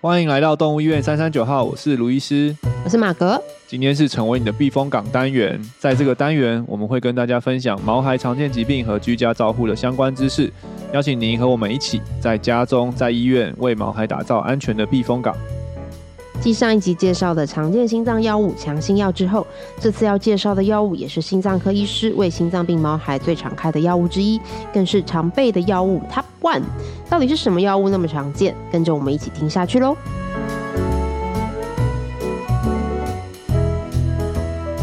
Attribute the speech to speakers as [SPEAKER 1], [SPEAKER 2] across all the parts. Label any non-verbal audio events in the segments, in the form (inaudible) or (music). [SPEAKER 1] 欢迎来到动物医院三三九号，我是卢医师。
[SPEAKER 2] 我是马格，
[SPEAKER 1] 今天是成为你的避风港单元，在这个单元，我们会跟大家分享毛孩常见疾病和居家照护的相关知识，邀请您和我们一起在家中、在医院为毛孩打造安全的避风港。
[SPEAKER 2] 继上一集介绍的常见心脏药物强心药之后，这次要介绍的药物也是心脏科医师为心脏病毛孩最常开的药物之一，更是常备的药物 Top One。到底是什么药物那么常见？跟着我们一起听下去喽！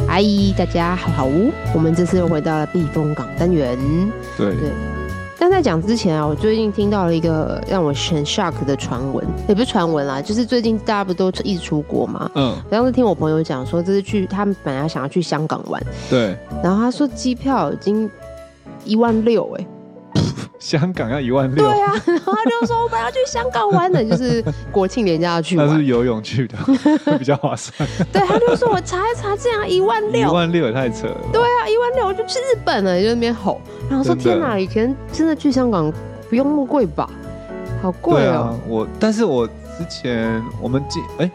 [SPEAKER 2] 嗨，大家好，哦我们这次又回到了避风港单元。
[SPEAKER 1] 对
[SPEAKER 2] 对但在讲之前啊，我最近听到了一个让我很 shock 的传闻，也不是传闻啦，就是最近大家不都一直出国嘛。
[SPEAKER 1] 嗯，
[SPEAKER 2] 我当时听我朋友讲说，这是去他们本来想要去香港玩，
[SPEAKER 1] 对，
[SPEAKER 2] 然后他说机票已经一万六哎，
[SPEAKER 1] 香港要一万六，
[SPEAKER 2] 啊， (laughs) 然后他就说我本来要去香港玩的，就是国庆连假要去
[SPEAKER 1] 那是
[SPEAKER 2] 玩，
[SPEAKER 1] 游泳去
[SPEAKER 2] (laughs)
[SPEAKER 1] 的，比较划算。
[SPEAKER 2] 对，他就说我查一查，竟然一万
[SPEAKER 1] 一
[SPEAKER 2] 六，
[SPEAKER 1] 万六也太扯了。对，
[SPEAKER 2] 对啊，一万六我就去日本了，就在那边吼，然后说
[SPEAKER 1] 真的
[SPEAKER 2] 天哪，以前真的去香港不用那么贵吧，好贵哦、
[SPEAKER 1] 啊，我但是我之前我们今哎、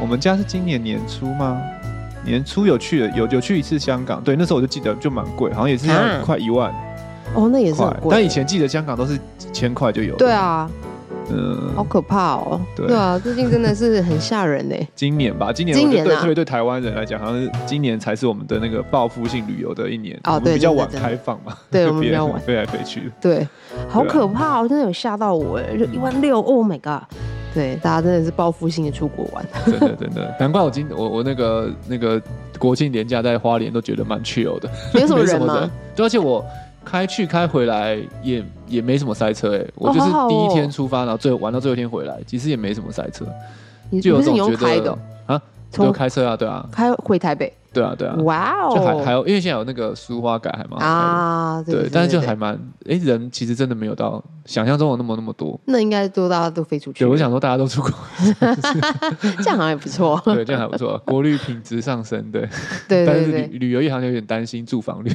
[SPEAKER 1] 我们家是今年年初吗？年初有去了有有去一次香港，对，那时候我就记得就蛮贵，好像也是要
[SPEAKER 2] 啊
[SPEAKER 1] 快一万
[SPEAKER 2] 哦，那也是
[SPEAKER 1] 块、
[SPEAKER 2] 很贵。
[SPEAKER 1] 但以前记得香港都是几千块就有。
[SPEAKER 2] 对，啊，
[SPEAKER 1] 嗯、
[SPEAKER 2] 好可怕哦。
[SPEAKER 1] 对
[SPEAKER 2] 啊，最近真的是很吓人欸呢。
[SPEAKER 1] (laughs) 今年吧，今年
[SPEAKER 2] 今
[SPEAKER 1] 我觉得
[SPEAKER 2] 年
[SPEAKER 1] 对，
[SPEAKER 2] 啊
[SPEAKER 1] 特别对台湾人来讲，好像是今年才是我们的那个报复性旅游的一年，我
[SPEAKER 2] 哦
[SPEAKER 1] 们
[SPEAKER 2] 对
[SPEAKER 1] 比较
[SPEAKER 2] 真的
[SPEAKER 1] 晚
[SPEAKER 2] 真的
[SPEAKER 1] 开放嘛，
[SPEAKER 2] 对
[SPEAKER 1] 就
[SPEAKER 2] 我们
[SPEAKER 1] 别
[SPEAKER 2] 比较
[SPEAKER 1] 人啊
[SPEAKER 2] 晚
[SPEAKER 1] 飞来飞去的。
[SPEAKER 2] 对，好可怕哦，真的有吓到我哎，就一万六，Oh my god！对，大家真的是报复性的出国
[SPEAKER 1] (laughs)
[SPEAKER 2] 玩。
[SPEAKER 1] 真的真的，难怪我今我我那个那个国庆年假在花莲都觉得蛮 chill 的，
[SPEAKER 2] 没有什么
[SPEAKER 1] 没
[SPEAKER 2] 人吗
[SPEAKER 1] 人对，而且我开去开回来也也没什么塞车哎、我
[SPEAKER 2] 哦
[SPEAKER 1] 就是
[SPEAKER 2] 好好哦
[SPEAKER 1] 第一天出发，然后最后玩到最后一天回来，其实也没什么塞车，
[SPEAKER 2] 你
[SPEAKER 1] 就有
[SPEAKER 2] 不是
[SPEAKER 1] 种
[SPEAKER 2] 你用
[SPEAKER 1] 觉
[SPEAKER 2] 开的
[SPEAKER 1] 得
[SPEAKER 2] 哦，
[SPEAKER 1] 啊，就
[SPEAKER 2] 从
[SPEAKER 1] 开车啊，对啊，
[SPEAKER 2] 开回台北，
[SPEAKER 1] 对啊，对啊，
[SPEAKER 2] 哇
[SPEAKER 1] 就还还
[SPEAKER 2] 哦！
[SPEAKER 1] 有，因为现在有那个苏花改还蛮好看的
[SPEAKER 2] 啊，对
[SPEAKER 1] 对
[SPEAKER 2] 对，，
[SPEAKER 1] 但是就
[SPEAKER 2] 对
[SPEAKER 1] 还蛮哎、人其实真的没有到想象中的那么那么多。
[SPEAKER 2] 那应该都大家都飞出去
[SPEAKER 1] 对，
[SPEAKER 2] 了。
[SPEAKER 1] 我想说大家都出国，
[SPEAKER 2] (laughs) 这样好像也
[SPEAKER 1] (laughs)
[SPEAKER 2] 不错。
[SPEAKER 1] 对，这样还不错，国旅品质上升，对。
[SPEAKER 2] 对
[SPEAKER 1] 但
[SPEAKER 2] 对
[SPEAKER 1] 是
[SPEAKER 2] 对，
[SPEAKER 1] 旅旅游业好像有点担心住房率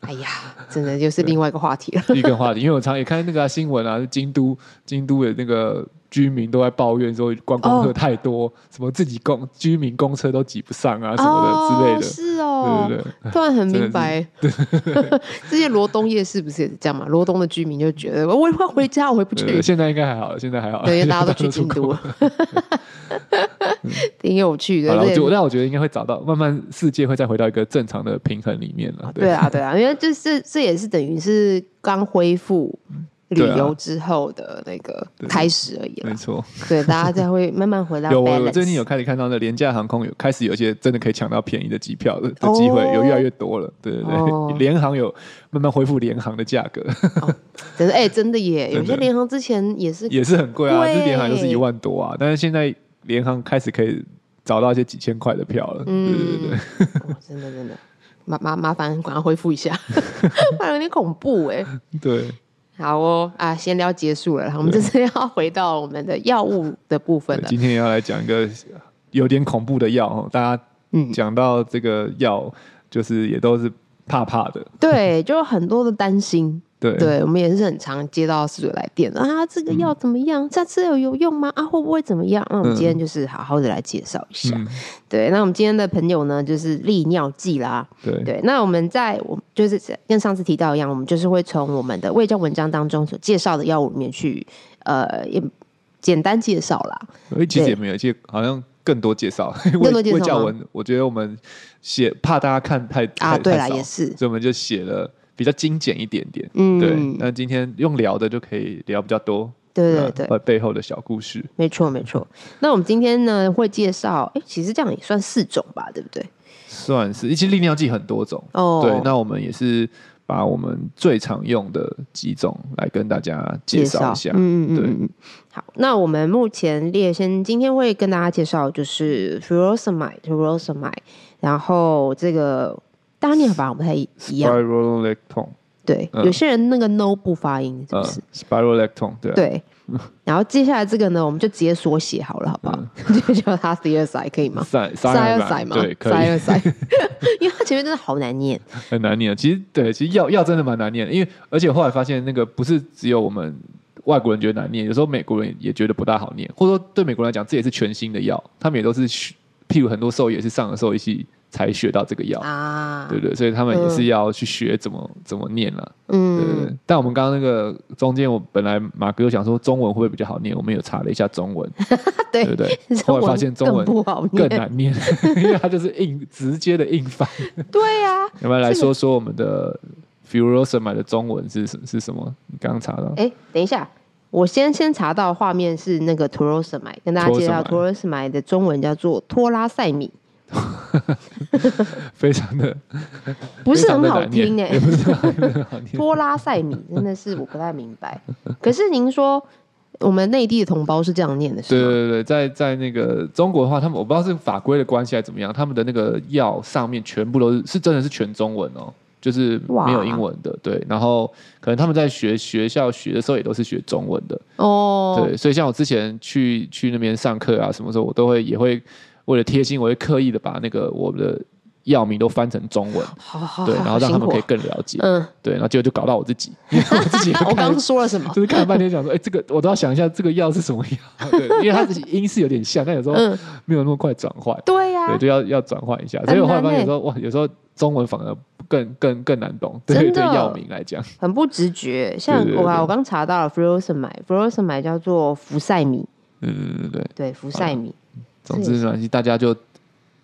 [SPEAKER 2] 哎呀，真的又是另外一个话题了。
[SPEAKER 1] 一个话题，因为我常也看那个啊、新闻啊，京都京都的那个居民都在抱怨说观光客
[SPEAKER 2] 哦
[SPEAKER 1] 太多，什么自己公居民公车都挤不上啊什么的之类
[SPEAKER 2] 哦
[SPEAKER 1] 的。
[SPEAKER 2] 是哦，
[SPEAKER 1] 对对对， (laughs)
[SPEAKER 2] 突然很明白， (laughs) 这些罗东夜市不是也是这样嘛？罗东的居民就觉得我要回家，我回不
[SPEAKER 1] 对对
[SPEAKER 2] 去。
[SPEAKER 1] 现在应该还好，现在还好，
[SPEAKER 2] 对，因为
[SPEAKER 1] 现在
[SPEAKER 2] 大家都去
[SPEAKER 1] 出
[SPEAKER 2] 京
[SPEAKER 1] 国
[SPEAKER 2] 都， (laughs) 挺有趣的
[SPEAKER 1] 好。了，我觉
[SPEAKER 2] 这
[SPEAKER 1] 得
[SPEAKER 2] 也
[SPEAKER 1] (laughs)
[SPEAKER 2] 是
[SPEAKER 1] 但我觉得应该会找到，慢慢世界会再回到一个正常的平衡里面了。
[SPEAKER 2] 对啊，对啊，因为就是这也是等于是刚恢复旅
[SPEAKER 1] 对啊
[SPEAKER 2] 游之后的那个
[SPEAKER 1] 对
[SPEAKER 2] 开始而已
[SPEAKER 1] 没
[SPEAKER 2] 啦。
[SPEAKER 1] 错。
[SPEAKER 2] 对，大家才会慢慢回到
[SPEAKER 1] 有我我
[SPEAKER 2] balance。
[SPEAKER 1] 最近有开始看到那廉价航空有开始有一些真的可以抢到便宜的机票的的机会，
[SPEAKER 2] 哦
[SPEAKER 1] 有越来越多了。对对
[SPEAKER 2] 哦
[SPEAKER 1] 对，联航有慢慢恢复联航的价格，
[SPEAKER 2] 真的，哎，真的耶，有
[SPEAKER 1] 真的
[SPEAKER 2] 些联航之前也是
[SPEAKER 1] 也是很贵啊，
[SPEAKER 2] 贵
[SPEAKER 1] 就是联航都是一万多啊，但是现在联航开始可以找到一些几千块的票了。对对对
[SPEAKER 2] 嗯，
[SPEAKER 1] 对，
[SPEAKER 2] 哦真的真的，麻麻麻烦，赶快恢复
[SPEAKER 1] (laughs)
[SPEAKER 2] 一下， (laughs) 不然有点恐怖哎。
[SPEAKER 1] 对，
[SPEAKER 2] 好哦，啊，闲聊结束了，我们这次要回到我们的药物的部分
[SPEAKER 1] 对
[SPEAKER 2] 了。
[SPEAKER 1] 今天也要来讲一个有点恐怖的药哦，大家
[SPEAKER 2] 嗯，
[SPEAKER 1] 讲到这个药，就是也都是怕怕的。 (laughs)
[SPEAKER 2] 对，就有很多的担心。
[SPEAKER 1] 对
[SPEAKER 2] 对，我们也是很常接到死者来电啊，这个药怎么
[SPEAKER 1] 嗯
[SPEAKER 2] 样？下次有有用吗？啊，会不会怎么样？那我们今天就是好好的来介绍一下。
[SPEAKER 1] 嗯，
[SPEAKER 2] 对，那我们今天的朋友呢，就是利尿剂啦。
[SPEAKER 1] 对
[SPEAKER 2] 对，那我们在我就是跟上次提到一样，我们就是会从我们的卫教文章当中所介绍的药物里面去，呃，也简单介绍啦。
[SPEAKER 1] 哎，其实
[SPEAKER 2] 对
[SPEAKER 1] 也没有，其实好像更多介绍，魏
[SPEAKER 2] 多介绍
[SPEAKER 1] 魏教
[SPEAKER 2] 吗
[SPEAKER 1] 文，我觉得我们写怕大家看太
[SPEAKER 2] 啊，
[SPEAKER 1] 太
[SPEAKER 2] 对
[SPEAKER 1] 太
[SPEAKER 2] 啦，
[SPEAKER 1] 少
[SPEAKER 2] 也是，
[SPEAKER 1] 所以我们就写了比较精简一点点。
[SPEAKER 2] 嗯，
[SPEAKER 1] 对，那今天用聊的就可以聊比较多，
[SPEAKER 2] 对对
[SPEAKER 1] 那
[SPEAKER 2] 对，
[SPEAKER 1] 呃背后的小故事，
[SPEAKER 2] 没错没错。那我们今天呢会介绍，哎，其实这样也算四种吧，对不对？
[SPEAKER 1] 算是其实利尿剂很多种，
[SPEAKER 2] 哦，
[SPEAKER 1] 对，那我们也是把我们最常用的几种来跟大家介绍一下。
[SPEAKER 2] 嗯嗯
[SPEAKER 1] 对
[SPEAKER 2] 嗯嗯。好，那我们目前列先今天会跟大家介绍就是 furosemide、furosemide，然后这个大家念法不太一一样，
[SPEAKER 1] Spirolectone，
[SPEAKER 2] 对，
[SPEAKER 1] 嗯
[SPEAKER 2] 有些人那个 no 不发音，是
[SPEAKER 1] 呃
[SPEAKER 2] 不是？
[SPEAKER 1] ，Spirolectone，对啊，
[SPEAKER 2] 对。然后接下来这个呢，我们就直接缩写好了，好不好？
[SPEAKER 1] 嗯
[SPEAKER 2] (laughs) 就叫它 t h e o s i 可以吗？
[SPEAKER 1] 塞
[SPEAKER 2] 塞
[SPEAKER 1] 塞尔
[SPEAKER 2] 尔塞
[SPEAKER 1] 塞
[SPEAKER 2] 嘛，
[SPEAKER 1] 对，可以
[SPEAKER 2] 塞。
[SPEAKER 1] (laughs)
[SPEAKER 2] 尔塞，因为它前面真的好难念。
[SPEAKER 1] 很难念。其实对，其实药药真的蛮难念的，因为而且我后来发现那个不是只有我们。外国人觉得难念，有时候美国人也觉得不大好念，或者说对美国人来讲，这也是全新的药，他们也都是学，譬如很多兽医也是上了兽医系才学到这个药，
[SPEAKER 2] 啊，
[SPEAKER 1] 对不对？所以他们也是要去学怎么、怎么念了、对对
[SPEAKER 2] 嗯，
[SPEAKER 1] 对。但我们刚刚那个中间，我本来马哥有想说中文会不会比较好念，我们有查了一下中文，
[SPEAKER 2] 啊对
[SPEAKER 1] 对不对？
[SPEAKER 2] (laughs)
[SPEAKER 1] (laughs)
[SPEAKER 2] 中
[SPEAKER 1] 后
[SPEAKER 2] 文
[SPEAKER 1] 来发现中文
[SPEAKER 2] 更不好
[SPEAKER 1] 更
[SPEAKER 2] 念，
[SPEAKER 1] 难念， (laughs) 因为它就是硬直接的硬翻。 (laughs)
[SPEAKER 2] 对呀、啊，
[SPEAKER 1] 要不要来说说我们的 furosemide 的中文是什是什么？你刚刚查到
[SPEAKER 2] 哎，等一下，我先先查到画面是那个 Torosamide，跟大家介绍 Torosamide 的中文叫做托拉塞米，
[SPEAKER 1] 非常的 (laughs)
[SPEAKER 2] 不是
[SPEAKER 1] 非常
[SPEAKER 2] 很
[SPEAKER 1] 的
[SPEAKER 2] 好
[SPEAKER 1] 难念
[SPEAKER 2] 听
[SPEAKER 1] (laughs)
[SPEAKER 2] 哎、
[SPEAKER 1] 也不是很好念。
[SPEAKER 2] 托拉塞米真的是我不太明白。可是您说我们内地的同胞是这样念的，
[SPEAKER 1] 对
[SPEAKER 2] 是
[SPEAKER 1] 对
[SPEAKER 2] 吗？
[SPEAKER 1] 对对，在在那个中国的话，他们我不知道是法规的关系还是怎么样，他们的那个药上面全部都是是真的是全中文哦，就是没有
[SPEAKER 2] 哇
[SPEAKER 1] 英文的。对，然后可能他们在学学校学的时候也都是学中文的。
[SPEAKER 2] 哦，
[SPEAKER 1] 对，所以像我之前去去那边上课啊，什么时候我都会也会为了贴心，我会刻意的把那个我的药名都翻成中文，
[SPEAKER 2] 好好好，
[SPEAKER 1] 对，然后
[SPEAKER 2] 好
[SPEAKER 1] 让他
[SPEAKER 2] 辛
[SPEAKER 1] 们
[SPEAKER 2] 苦
[SPEAKER 1] 可以
[SPEAKER 2] 哦。
[SPEAKER 1] 更了解，
[SPEAKER 2] 嗯，
[SPEAKER 1] 对，然后结果就搞到我自
[SPEAKER 2] (laughs)
[SPEAKER 1] 己，因为我自己也
[SPEAKER 2] 我
[SPEAKER 1] 看
[SPEAKER 2] 刚刚说了什么？
[SPEAKER 1] 就是看了半天，想说，哎、这个我都要想一下，这个药是什么药？ (laughs) 对，因为它的音是有点像，但有时候
[SPEAKER 2] 嗯，
[SPEAKER 1] 没有那么快转换，
[SPEAKER 2] 对呀、
[SPEAKER 1] 对，就啊要要转换一下。所以我后来发现，有时候哇，有时候中文反而更更更难懂，对
[SPEAKER 2] 真的
[SPEAKER 1] 对，药名来讲，
[SPEAKER 2] 很不直觉。像
[SPEAKER 1] 对对
[SPEAKER 2] 我
[SPEAKER 1] 对
[SPEAKER 2] 啊，我刚查到了 Frosamide，Frosamide 叫做福赛米，
[SPEAKER 1] 嗯，对对对。
[SPEAKER 2] 对，福赛米。
[SPEAKER 1] 总之没关系，大家就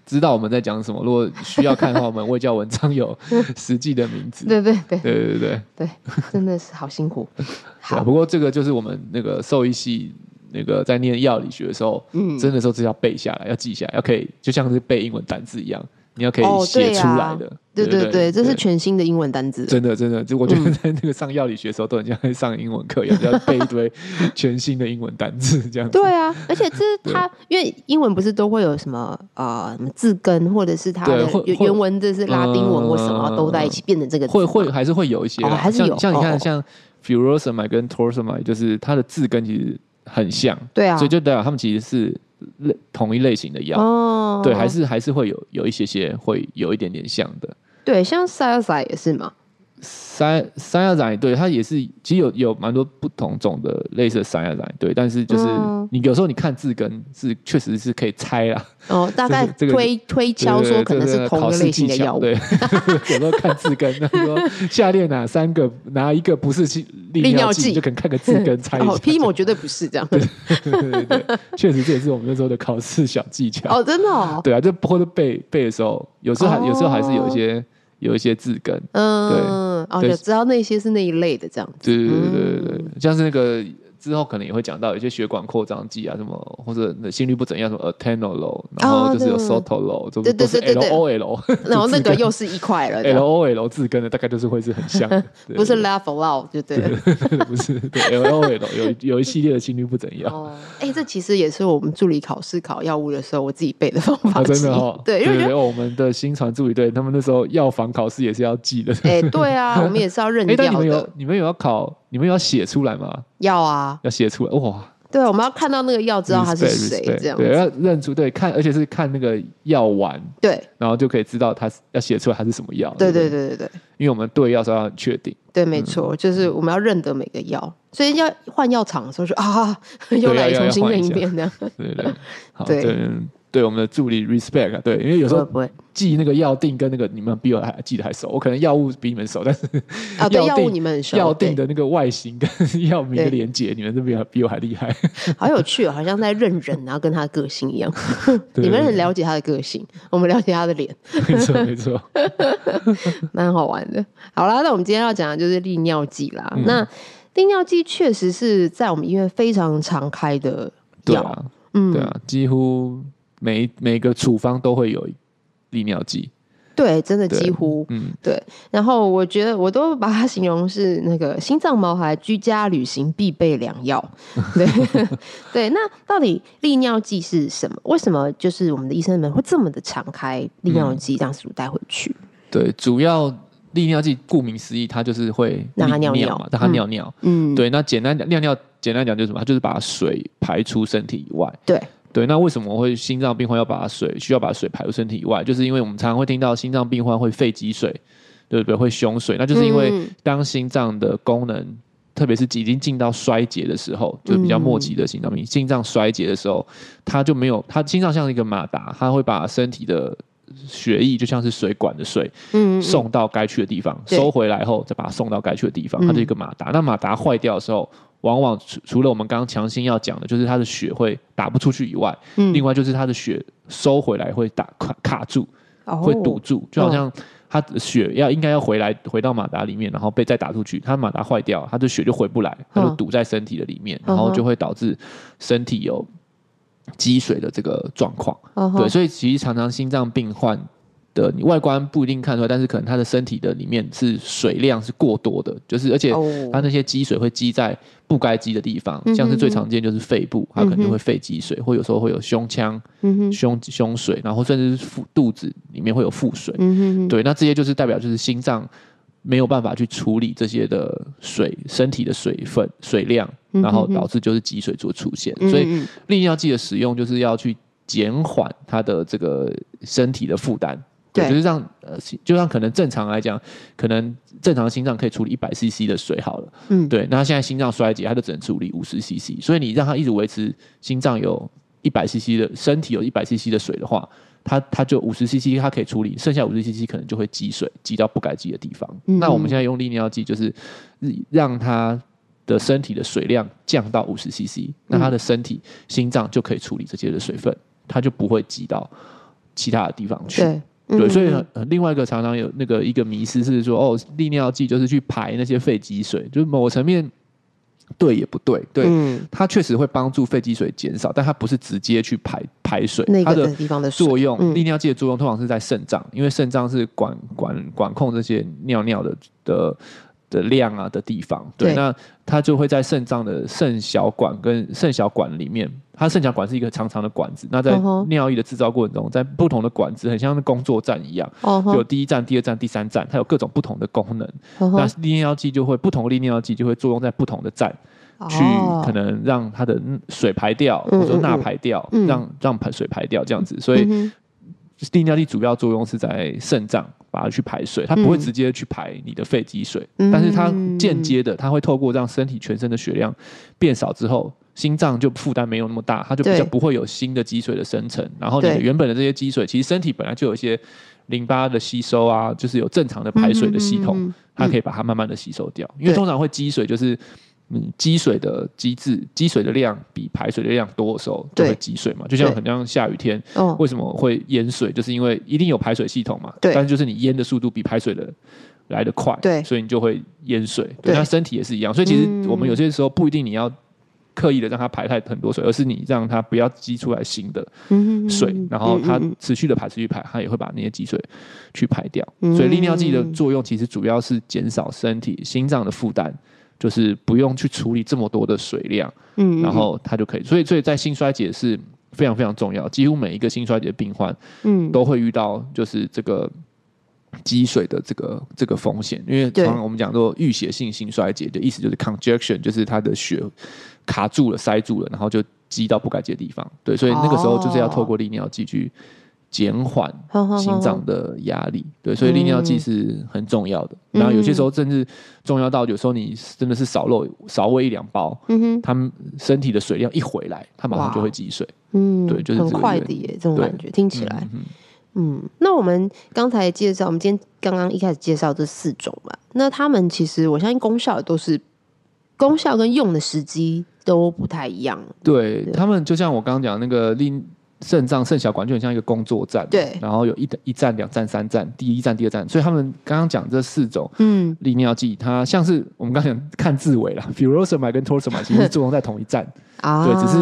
[SPEAKER 1] 知道我们在讲什么。如果需要看的话，我们卫教文章有 (laughs) 实际的名字。
[SPEAKER 2] 对对对
[SPEAKER 1] 对对对对，
[SPEAKER 2] 对，真的是好辛苦。
[SPEAKER 1] 对啊
[SPEAKER 2] 好，
[SPEAKER 1] 不过这个就是我们那个兽医系那个在念药理学的时候，
[SPEAKER 2] 嗯，
[SPEAKER 1] 真的时候是要背下来，要记下来，要可以就像是背英文单字一样，你要可
[SPEAKER 2] 哦
[SPEAKER 1] 以写
[SPEAKER 2] 对啊
[SPEAKER 1] 出来的。
[SPEAKER 2] 对对对，这是
[SPEAKER 1] 对
[SPEAKER 2] 全新的英文单字。
[SPEAKER 1] 真的真的，就我觉得
[SPEAKER 2] 嗯
[SPEAKER 1] 在那个上药理学的时候，都很像在上英文课一样，要背一堆全新的英文单字这样子。(laughs)
[SPEAKER 2] 对啊，而且这是它，因为英文不是都会有什么呃什么字根，或者是它
[SPEAKER 1] 对
[SPEAKER 2] 的
[SPEAKER 1] 会
[SPEAKER 2] 原
[SPEAKER 1] 会
[SPEAKER 2] 原文，这是拉丁文或什么
[SPEAKER 1] 嗯
[SPEAKER 2] 都在一起变成这个字
[SPEAKER 1] 会
[SPEAKER 2] 嘛，
[SPEAKER 1] 会还是会有一些啦、
[SPEAKER 2] 哦还是有
[SPEAKER 1] 像像你看，
[SPEAKER 2] 哦
[SPEAKER 1] 像 furosemide 跟 torsemide，就是它的字根其实很像，
[SPEAKER 2] 对啊，
[SPEAKER 1] 所以就代表它们其实是类同一类型的药。
[SPEAKER 2] 哦，
[SPEAKER 1] 对，还是还是会有有一些些会有一点点像的。
[SPEAKER 2] 对，像 s a l a 也是嘛，
[SPEAKER 1] 三三亚仔对它也是，其实有有蛮多不同种的类似的三亚仔对，但是就是、
[SPEAKER 2] 嗯
[SPEAKER 1] 你有时候你看字根是确实是可以猜
[SPEAKER 2] (laughs)
[SPEAKER 1] 啦，
[SPEAKER 2] 哦，大概
[SPEAKER 1] 这个
[SPEAKER 2] 推推
[SPEAKER 1] 对
[SPEAKER 2] 敲
[SPEAKER 1] 对
[SPEAKER 2] 说
[SPEAKER 1] 对
[SPEAKER 2] 可能
[SPEAKER 1] 这
[SPEAKER 2] 是同一
[SPEAKER 1] 考
[SPEAKER 2] 个
[SPEAKER 1] 试
[SPEAKER 2] 类型
[SPEAKER 1] 技
[SPEAKER 2] 的
[SPEAKER 1] 巧
[SPEAKER 2] 药物哦
[SPEAKER 1] 对，， (laughs) 有时候看字根，他
[SPEAKER 2] (laughs)
[SPEAKER 1] 说下列哪三个哪一个不是去利
[SPEAKER 2] 利尿
[SPEAKER 1] 尿
[SPEAKER 2] 剂
[SPEAKER 1] 剂，你就可能看个字
[SPEAKER 2] (laughs)
[SPEAKER 1] 根猜一
[SPEAKER 2] 哦
[SPEAKER 1] 下。
[SPEAKER 2] ，P
[SPEAKER 1] (laughs)
[SPEAKER 2] 某绝对不是这样，
[SPEAKER 1] 对对
[SPEAKER 2] (laughs)
[SPEAKER 1] 对，确实这也是我们那时候的考试小技巧。
[SPEAKER 2] 哦，真的哦，
[SPEAKER 1] 对啊，就或者背背的时候，有时候还有时候还是有一些有一些字根。
[SPEAKER 2] 嗯，哦，
[SPEAKER 1] 对
[SPEAKER 2] 就知道那些是那一类的这样子，
[SPEAKER 1] 对对对对对对，像是那个之后可能也会讲到有些血管扩张剂啊，什么或者心率不整样啊什么 atenolol，然后就是有
[SPEAKER 2] 哦对
[SPEAKER 1] sotalol，都
[SPEAKER 2] 对
[SPEAKER 1] 都是
[SPEAKER 2] 对对
[SPEAKER 1] L
[SPEAKER 2] 对对
[SPEAKER 1] O L (laughs)
[SPEAKER 2] 然后那个又是一块了这
[SPEAKER 1] L
[SPEAKER 2] 样，
[SPEAKER 1] O L 字根的，大概就是会是很像的，对
[SPEAKER 2] (laughs) 不是 laugh aloud 就对了。
[SPEAKER 1] 不是，对 (laughs) L O L 有一有一系列的心率不啊怎样。
[SPEAKER 2] 哦，哎、这其实也是我们助理考试考药物的时候我自己背的方
[SPEAKER 1] (laughs)
[SPEAKER 2] 法
[SPEAKER 1] 哦，
[SPEAKER 2] 之一、
[SPEAKER 1] 真的哦，
[SPEAKER 2] 对，因
[SPEAKER 1] 对
[SPEAKER 2] 为我觉
[SPEAKER 1] 对，
[SPEAKER 2] 得，
[SPEAKER 1] 我们的新传助理队，他们那时候药房考试也是要记 (laughs) 的。
[SPEAKER 2] 哎、对啊，我们也是要认
[SPEAKER 1] (laughs) 哎，但你
[SPEAKER 2] 药
[SPEAKER 1] 们
[SPEAKER 2] 的，
[SPEAKER 1] 有你们有要考，你们有要写出来吗？
[SPEAKER 2] 药啊，
[SPEAKER 1] 要写出来，哇，
[SPEAKER 2] 对，啊我们要看到那个药知道他是
[SPEAKER 1] respect，
[SPEAKER 2] 谁
[SPEAKER 1] respect，
[SPEAKER 2] 这样
[SPEAKER 1] 对，啊
[SPEAKER 2] 子，
[SPEAKER 1] 要认出，对，看，而且是看那个药丸，
[SPEAKER 2] 对，
[SPEAKER 1] 然后就可以知道它是要写出来它是什么药。
[SPEAKER 2] 对
[SPEAKER 1] 不
[SPEAKER 2] 对对对对
[SPEAKER 1] 因为我们对药是要很确定，
[SPEAKER 2] 对，没错，就是我们要认得每个药，所以要换药厂的时候就
[SPEAKER 1] (laughs)
[SPEAKER 2] 啊，又来
[SPEAKER 1] 要
[SPEAKER 2] 重新
[SPEAKER 1] 要换
[SPEAKER 2] 认
[SPEAKER 1] 一
[SPEAKER 2] 一
[SPEAKER 1] 下
[SPEAKER 2] 遍这样，
[SPEAKER 1] 对对对。
[SPEAKER 2] (laughs)
[SPEAKER 1] 好，
[SPEAKER 2] 对
[SPEAKER 1] 对嗯对，我们的助理 respect，啊对，因为有
[SPEAKER 2] 不
[SPEAKER 1] 时
[SPEAKER 2] 会
[SPEAKER 1] 候
[SPEAKER 2] 不会
[SPEAKER 1] 记那个药定跟那个你们比我还记得还熟，我可能药物比你们熟，但是
[SPEAKER 2] 啊？对，
[SPEAKER 1] 药
[SPEAKER 2] 药物
[SPEAKER 1] 定
[SPEAKER 2] 你们很熟，
[SPEAKER 1] 药定
[SPEAKER 2] 对，
[SPEAKER 1] 的那个外形跟药名的
[SPEAKER 2] 对
[SPEAKER 1] 连接，你们这边比我还厉
[SPEAKER 2] (laughs)
[SPEAKER 1] 害。
[SPEAKER 2] 好有趣、哦，好像在认人，然啊后跟他的个
[SPEAKER 1] (laughs)
[SPEAKER 2] 性一样，你们很了解他的个性，我们了解他的脸。
[SPEAKER 1] 没错，没错。
[SPEAKER 2] 蛮好玩的。好啦，那我们今天要讲的就是利尿剂啦。
[SPEAKER 1] 嗯
[SPEAKER 2] 那利尿剂确实是在我们医院非常常开的
[SPEAKER 1] 对
[SPEAKER 2] 药，
[SPEAKER 1] 啊，
[SPEAKER 2] 嗯，
[SPEAKER 1] 对啊，几乎每每个处方都会有利尿剂。
[SPEAKER 2] 对，真的
[SPEAKER 1] 对
[SPEAKER 2] 几乎。
[SPEAKER 1] 嗯，
[SPEAKER 2] 然后我觉得我都把它形容是那个心脏毛孩居家旅行必备良
[SPEAKER 1] (laughs)
[SPEAKER 2] 药。对对，那到底利尿剂是什么？为什么就是我们的医生们会这么的常开利尿剂，让宿主带回去？
[SPEAKER 1] 对，主要利尿剂，顾名思义，它就是会
[SPEAKER 2] 让它
[SPEAKER 1] 利
[SPEAKER 2] 尿尿
[SPEAKER 1] 嘛，让它
[SPEAKER 2] 嗯
[SPEAKER 1] 尿尿。
[SPEAKER 2] 嗯，
[SPEAKER 1] 对，那简单讲，尿尿简单讲就是什么？它就是把水排出身体以外。
[SPEAKER 2] 对
[SPEAKER 1] 对，那为什么会心脏病患要把水需要把水排出身体以外？就是因为我们常常会听到心脏病患会肺积水，对不对？会胸水，那就是因为
[SPEAKER 2] 嗯
[SPEAKER 1] 当心脏的功能特别是已经进到衰竭的时候，就是比较末期的心脏
[SPEAKER 2] 嗯
[SPEAKER 1] 病，心脏衰竭的时候，它就没有，它心脏像一个马达，它会把身体的血液就像是水管的水
[SPEAKER 2] 嗯，嗯
[SPEAKER 1] 送到该去的地方，
[SPEAKER 2] 对嗯
[SPEAKER 1] 收回来后再把它送到该去的地方，它就是一个马达。那马达坏掉的时候，往往除除了我们刚刚强心要讲的，就是它的血会打不出去以外，
[SPEAKER 2] 嗯
[SPEAKER 1] 另外就是它的血收回来会打卡卡住，
[SPEAKER 2] 哦
[SPEAKER 1] 会堵，住，就好像
[SPEAKER 2] 嗯
[SPEAKER 1] 它的血要应该要回来回到马达里面，然后被再打出去，它马达坏掉，它的血就回不来，它
[SPEAKER 2] 嗯
[SPEAKER 1] 就堵在身体的里面，然后就会导致身体有积水的这个状况。
[SPEAKER 2] 哦、
[SPEAKER 1] 对，所以其实常常心脏病患的，你外观不一定看出来，但是可能他的身体的里面是水量是过多的，就是而且
[SPEAKER 2] 哦
[SPEAKER 1] 他那些积水会积在不该积的地方，
[SPEAKER 2] 嗯哼
[SPEAKER 1] 像是最常见就是肺部，它可能
[SPEAKER 2] 嗯
[SPEAKER 1] 就
[SPEAKER 2] 哼
[SPEAKER 1] 会肺积水，或有时候会有胸腔、
[SPEAKER 2] 嗯哼，
[SPEAKER 1] 胸胸水，然后甚至是腹肚子里面会有腹水。
[SPEAKER 2] 嗯哼哼，
[SPEAKER 1] 对，那这些就是代表就是心脏没有办法去处理这些的水身体的水分水量，
[SPEAKER 2] 嗯哼哼
[SPEAKER 1] 然后导致就是积水做出现，
[SPEAKER 2] 嗯，
[SPEAKER 1] 所以
[SPEAKER 2] 嗯
[SPEAKER 1] 利尿剂的使用就是要去减缓它的这个身体的负担。
[SPEAKER 2] 对
[SPEAKER 1] 就是让呃，心就让可能正常来讲，可能正常心脏可以处理一百 CC 的水好了。
[SPEAKER 2] 嗯
[SPEAKER 1] 对。那它现在心脏衰竭，它就只能处理五十 CC，所以你让它一直维持心脏有一百 CC 的身体有一百 CC 的水的话，它它就五十 CC 它可以处理，剩下五十 CC 可能就会积水，积到不该积的地方。
[SPEAKER 2] 嗯
[SPEAKER 1] 那我们现在用利尿剂就是让它的身体的水量降到五十 CC，那他的身体、心脏就可以处理这些的水分，它就不会积到其他的地方去。
[SPEAKER 2] 对
[SPEAKER 1] 对，
[SPEAKER 2] 嗯
[SPEAKER 1] 所以
[SPEAKER 2] 嗯
[SPEAKER 1] 呃另外一个常常有那个一个迷思是说，哦，利尿剂就是去排那些肺积水，就是某个层面对也不对，对。
[SPEAKER 2] 嗯
[SPEAKER 1] 它确实会帮助肺积水减少，但它不是直接去排排水，
[SPEAKER 2] 那
[SPEAKER 1] 它
[SPEAKER 2] 个
[SPEAKER 1] 的
[SPEAKER 2] 地方的水
[SPEAKER 1] 作用，
[SPEAKER 2] 嗯
[SPEAKER 1] 利尿剂的作用通常是在肾脏，因为肾脏是管管管控这些尿尿的的的量啊的地方。对，
[SPEAKER 2] 对
[SPEAKER 1] 那它就会在肾脏的肾小管跟肾小管里面，它肾小管是一个长长的管子。那在
[SPEAKER 2] 嗯哼
[SPEAKER 1] 尿液的制造过程中，在不同的管子，很像工作站一样，
[SPEAKER 2] 哦吼
[SPEAKER 1] 有第一站、第二站、第三站，它有各种不同的功能。
[SPEAKER 2] 哦吼
[SPEAKER 1] 那利尿剂就会不同的利尿剂就会作用在不同的站。去
[SPEAKER 2] 哦
[SPEAKER 1] 可能让它的水排掉，
[SPEAKER 2] 嗯
[SPEAKER 1] 或者说钠
[SPEAKER 2] 嗯嗯
[SPEAKER 1] 排掉，
[SPEAKER 2] 嗯
[SPEAKER 1] 让让排水排掉这样子，所以
[SPEAKER 2] 嗯哼
[SPEAKER 1] 利尿剂主要作用是在肾脏把它去排水，它不会直接去排你的肺积水，
[SPEAKER 2] 嗯
[SPEAKER 1] 但是它间接的，它会透过让身体全身的血量变少之后，心脏就负担没有那么大，它就比
[SPEAKER 2] 对
[SPEAKER 1] 较不会有新的积水的生成。然后你的
[SPEAKER 2] 对
[SPEAKER 1] 原本的这些积水，其实身体本来就有一些淋巴的吸收啊，就是有正常的排水的系统，
[SPEAKER 2] 嗯嗯嗯嗯
[SPEAKER 1] 它可以把它慢慢的吸收掉。因为
[SPEAKER 2] 对
[SPEAKER 1] 通常会积水就是。嗯，积水的机制，积水的量比排水的量多的时候，就
[SPEAKER 2] 对
[SPEAKER 1] 会积水嘛。就像
[SPEAKER 2] 对
[SPEAKER 1] 很像下雨天，
[SPEAKER 2] 哦
[SPEAKER 1] 为什么会淹水？就是因为一定有排水系统嘛，
[SPEAKER 2] 对
[SPEAKER 1] 但是就是你淹的速度比排水的来的快，
[SPEAKER 2] 对
[SPEAKER 1] 所以你就会淹水。对，
[SPEAKER 2] 对
[SPEAKER 1] 那身体也是一样，所以其实
[SPEAKER 2] 嗯
[SPEAKER 1] 我们有些时候不一定你要刻意的让它排太很多水，而是你让它不要积出来新的
[SPEAKER 2] 嗯哼哼
[SPEAKER 1] 水，
[SPEAKER 2] 哼
[SPEAKER 1] 然后
[SPEAKER 2] 嗯
[SPEAKER 1] 它
[SPEAKER 2] 嗯嗯
[SPEAKER 1] 持续的排，持续排，它也会把那些积水去排掉。
[SPEAKER 2] 嗯
[SPEAKER 1] 所以利尿剂的作用其实主要是减少身体心脏的负担，就是不用去处理这么多的水量。
[SPEAKER 2] 嗯嗯
[SPEAKER 1] 然后它就可以。所以，所以在心衰竭是非常非常重要，几乎每一个心衰竭病患
[SPEAKER 2] 嗯
[SPEAKER 1] 都会遇到，就是这个。积水的这个这个风险，因为
[SPEAKER 2] 对
[SPEAKER 1] 常常我们讲说淤血性心衰竭的意思就是 congestion，就是它的血卡住了、塞住了，然后就积到不该积的地方。对，所以那个时候就是
[SPEAKER 2] 哦
[SPEAKER 1] 要透过利尿剂去减缓
[SPEAKER 2] 好好好
[SPEAKER 1] 心脏
[SPEAKER 2] 好
[SPEAKER 1] 的压力，对，所以利尿剂是很重要的。
[SPEAKER 2] 嗯
[SPEAKER 1] 然后有些时候甚至重要到有时候你真的是少漏少喂一两包，
[SPEAKER 2] 嗯哼
[SPEAKER 1] 他们身体的水量一回来，它马上就会积水。
[SPEAKER 2] 嗯
[SPEAKER 1] 对就是
[SPEAKER 2] 很
[SPEAKER 1] 这个
[SPEAKER 2] 快
[SPEAKER 1] 原
[SPEAKER 2] 的耶，这种
[SPEAKER 1] 对
[SPEAKER 2] 感觉听起来嗯那我们刚才介绍，我们今天刚刚一开始介绍这四种嘛，那他们其实我相信功效也都是功效跟用的时机都不太一样，
[SPEAKER 1] 对
[SPEAKER 2] 对
[SPEAKER 1] 他们，就像我刚刚讲那个令肾脏肾小管就很像一个工作站，
[SPEAKER 2] 对
[SPEAKER 1] 然后有一一站、两站、三站，第一站、第二站，所以他们刚刚讲这四种
[SPEAKER 2] 嗯，
[SPEAKER 1] 利尿剂，它像是我们刚刚讲看字尾啦 (laughs) f u r o s a m i d e 跟 torsamide 其实是作用在同一
[SPEAKER 2] (laughs)
[SPEAKER 1] 站
[SPEAKER 2] 啊，
[SPEAKER 1] 对只是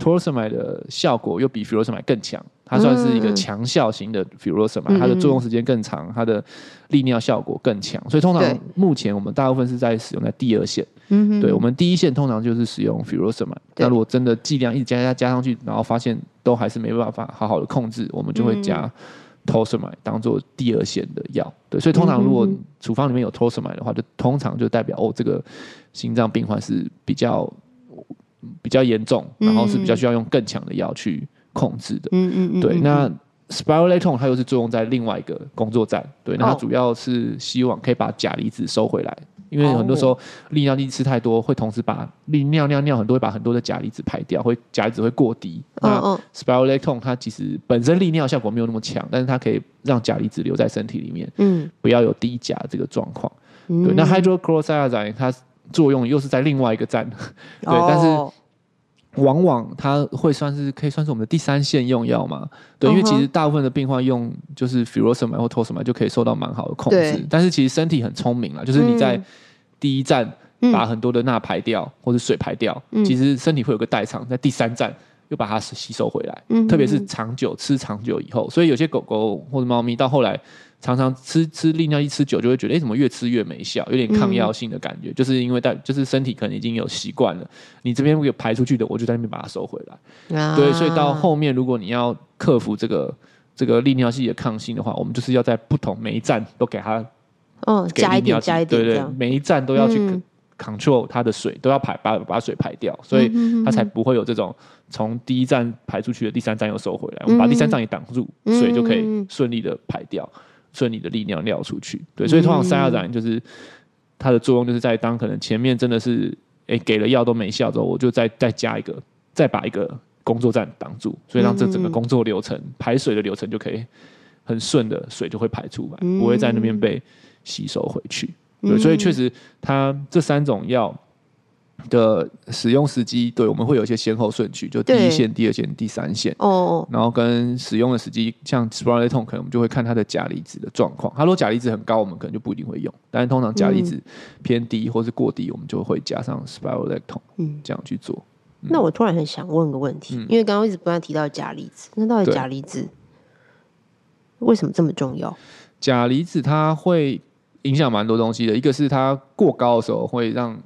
[SPEAKER 1] t o r s a m i d e 的效果又比 f u r o s a m i d e 更强，它算是一个强效型的 f u r o s a m i
[SPEAKER 2] 嗯
[SPEAKER 1] d e 它的作用时间更长，它的利尿效果更强，所以通
[SPEAKER 2] 对
[SPEAKER 1] 常目前我们大部分是在使用在第二线。
[SPEAKER 2] 嗯哼，
[SPEAKER 1] 对我们第一线通常就是使用 f u r o s a m i
[SPEAKER 2] 对
[SPEAKER 1] 那如果真的剂量一直加加加上去，然后发现都还是没办法好好的控制，我们就会加 t o s a m i 当做第二线的药。对，所以通常如果
[SPEAKER 2] 嗯嗯哼
[SPEAKER 1] 处方里面有 t o s a m i 的话，就通常就代表哦，这个心脏病患是比较比较严重，然后是比较需要用更强的药去控制的。
[SPEAKER 2] 嗯嗯嗯，
[SPEAKER 1] 对，
[SPEAKER 2] 嗯
[SPEAKER 1] 那 spirolatone 它又是作用在另外一个工作站，对，那它
[SPEAKER 2] 哦
[SPEAKER 1] 主要是希望可以把钾离子收回来，因因为很多时
[SPEAKER 2] 哦
[SPEAKER 1] 候利尿剂吃太多，会同时把利尿尿尿很多会把很多的钾离子排掉，会钾离子会过低。
[SPEAKER 2] 嗯
[SPEAKER 1] 那
[SPEAKER 2] 嗯
[SPEAKER 1] spironolactone 它其实本身利尿效果没有那么强，但是它可以让钾离子留在身体里面，
[SPEAKER 2] 嗯，
[SPEAKER 1] 不要有低钾这个状况。
[SPEAKER 2] 嗯
[SPEAKER 1] 对，那 hydrochlorothiazide 它作用又是在另外一个站，对但是
[SPEAKER 2] 哦
[SPEAKER 1] 往往它会算是可以算是我们的第三线用药嘛？对，因为
[SPEAKER 2] 嗯哼
[SPEAKER 1] 其实大部分的病患用就是 f u r o s e m 或 t o s m 就可以受到蛮好的控制
[SPEAKER 2] 对，
[SPEAKER 1] 但是其实身体很聪明啦，就是你在
[SPEAKER 2] 嗯
[SPEAKER 1] 第一站
[SPEAKER 2] 嗯
[SPEAKER 1] 把很多的钠排掉、或者水排掉，
[SPEAKER 2] 嗯
[SPEAKER 1] 其实身体会有个代偿，在第三站又把它吸收回来。
[SPEAKER 2] 嗯哼
[SPEAKER 1] 特别是长久吃长久以后，所以有些狗狗或者猫咪到后来常常吃吃利尿剂吃久，就会觉得哎、诶怎么越吃越没效，有点抗
[SPEAKER 2] 嗯
[SPEAKER 1] 药性的感觉，就是因为代就是身体可能已经有习惯了，你这边给排出去的，我就在那边把它收回来。
[SPEAKER 2] 啊
[SPEAKER 1] 对，所以到后面如果你要克服这个。这个利尿剂的抗性的话，我们就是要在不同每一站都给它
[SPEAKER 2] 嗯
[SPEAKER 1] 给
[SPEAKER 2] 加一
[SPEAKER 1] 利尿
[SPEAKER 2] 点
[SPEAKER 1] 剂
[SPEAKER 2] 加一点
[SPEAKER 1] 对
[SPEAKER 2] 这
[SPEAKER 1] 对，
[SPEAKER 2] 样，
[SPEAKER 1] 每一站都要去
[SPEAKER 2] 嗯
[SPEAKER 1] control 它的水，都要排把把水排掉，所以
[SPEAKER 2] 以
[SPEAKER 1] 它才不会有这种从第一站排出去的第三站又收回来，我们把第三站也挡住，
[SPEAKER 2] 嗯
[SPEAKER 1] 水就可以顺利的排掉，顺利的利尿尿出去。对，所以通
[SPEAKER 2] 嗯
[SPEAKER 1] 常三亚染就是它的作用就是在当可能前面真的是诶、给了药都没效之后，我就再再加一个，再把一个工作站挡住，所以让这整个
[SPEAKER 2] 嗯
[SPEAKER 1] 工作流程排水的流程就可以很顺的水就会排出来，
[SPEAKER 2] 嗯
[SPEAKER 1] 不会在那边被吸收回去。对，所以确实，它这三种药的使用时机，对我们会有一些先后顺序，就第
[SPEAKER 2] 对
[SPEAKER 1] 一线、第二线、第三线，
[SPEAKER 2] 哦
[SPEAKER 1] 然后跟使用的时机，像 s p r o l a t o n 可能我们就会看它的钾离子的状况。它如果钾离子很高，我们可能就不一定会用，但是通常钾离子偏低或是过低，我们就会加上 s p r o l a t o n
[SPEAKER 2] 嗯。
[SPEAKER 1] 这样去做。
[SPEAKER 2] 那我突然很想问个问题，因为刚刚一直不断提到钾离子，那到
[SPEAKER 1] 嗯
[SPEAKER 2] 底
[SPEAKER 1] 对
[SPEAKER 2] 钾离子为什么这么重要？
[SPEAKER 1] 钾离子它会影响蛮多东西的，一个是它过高的时候会让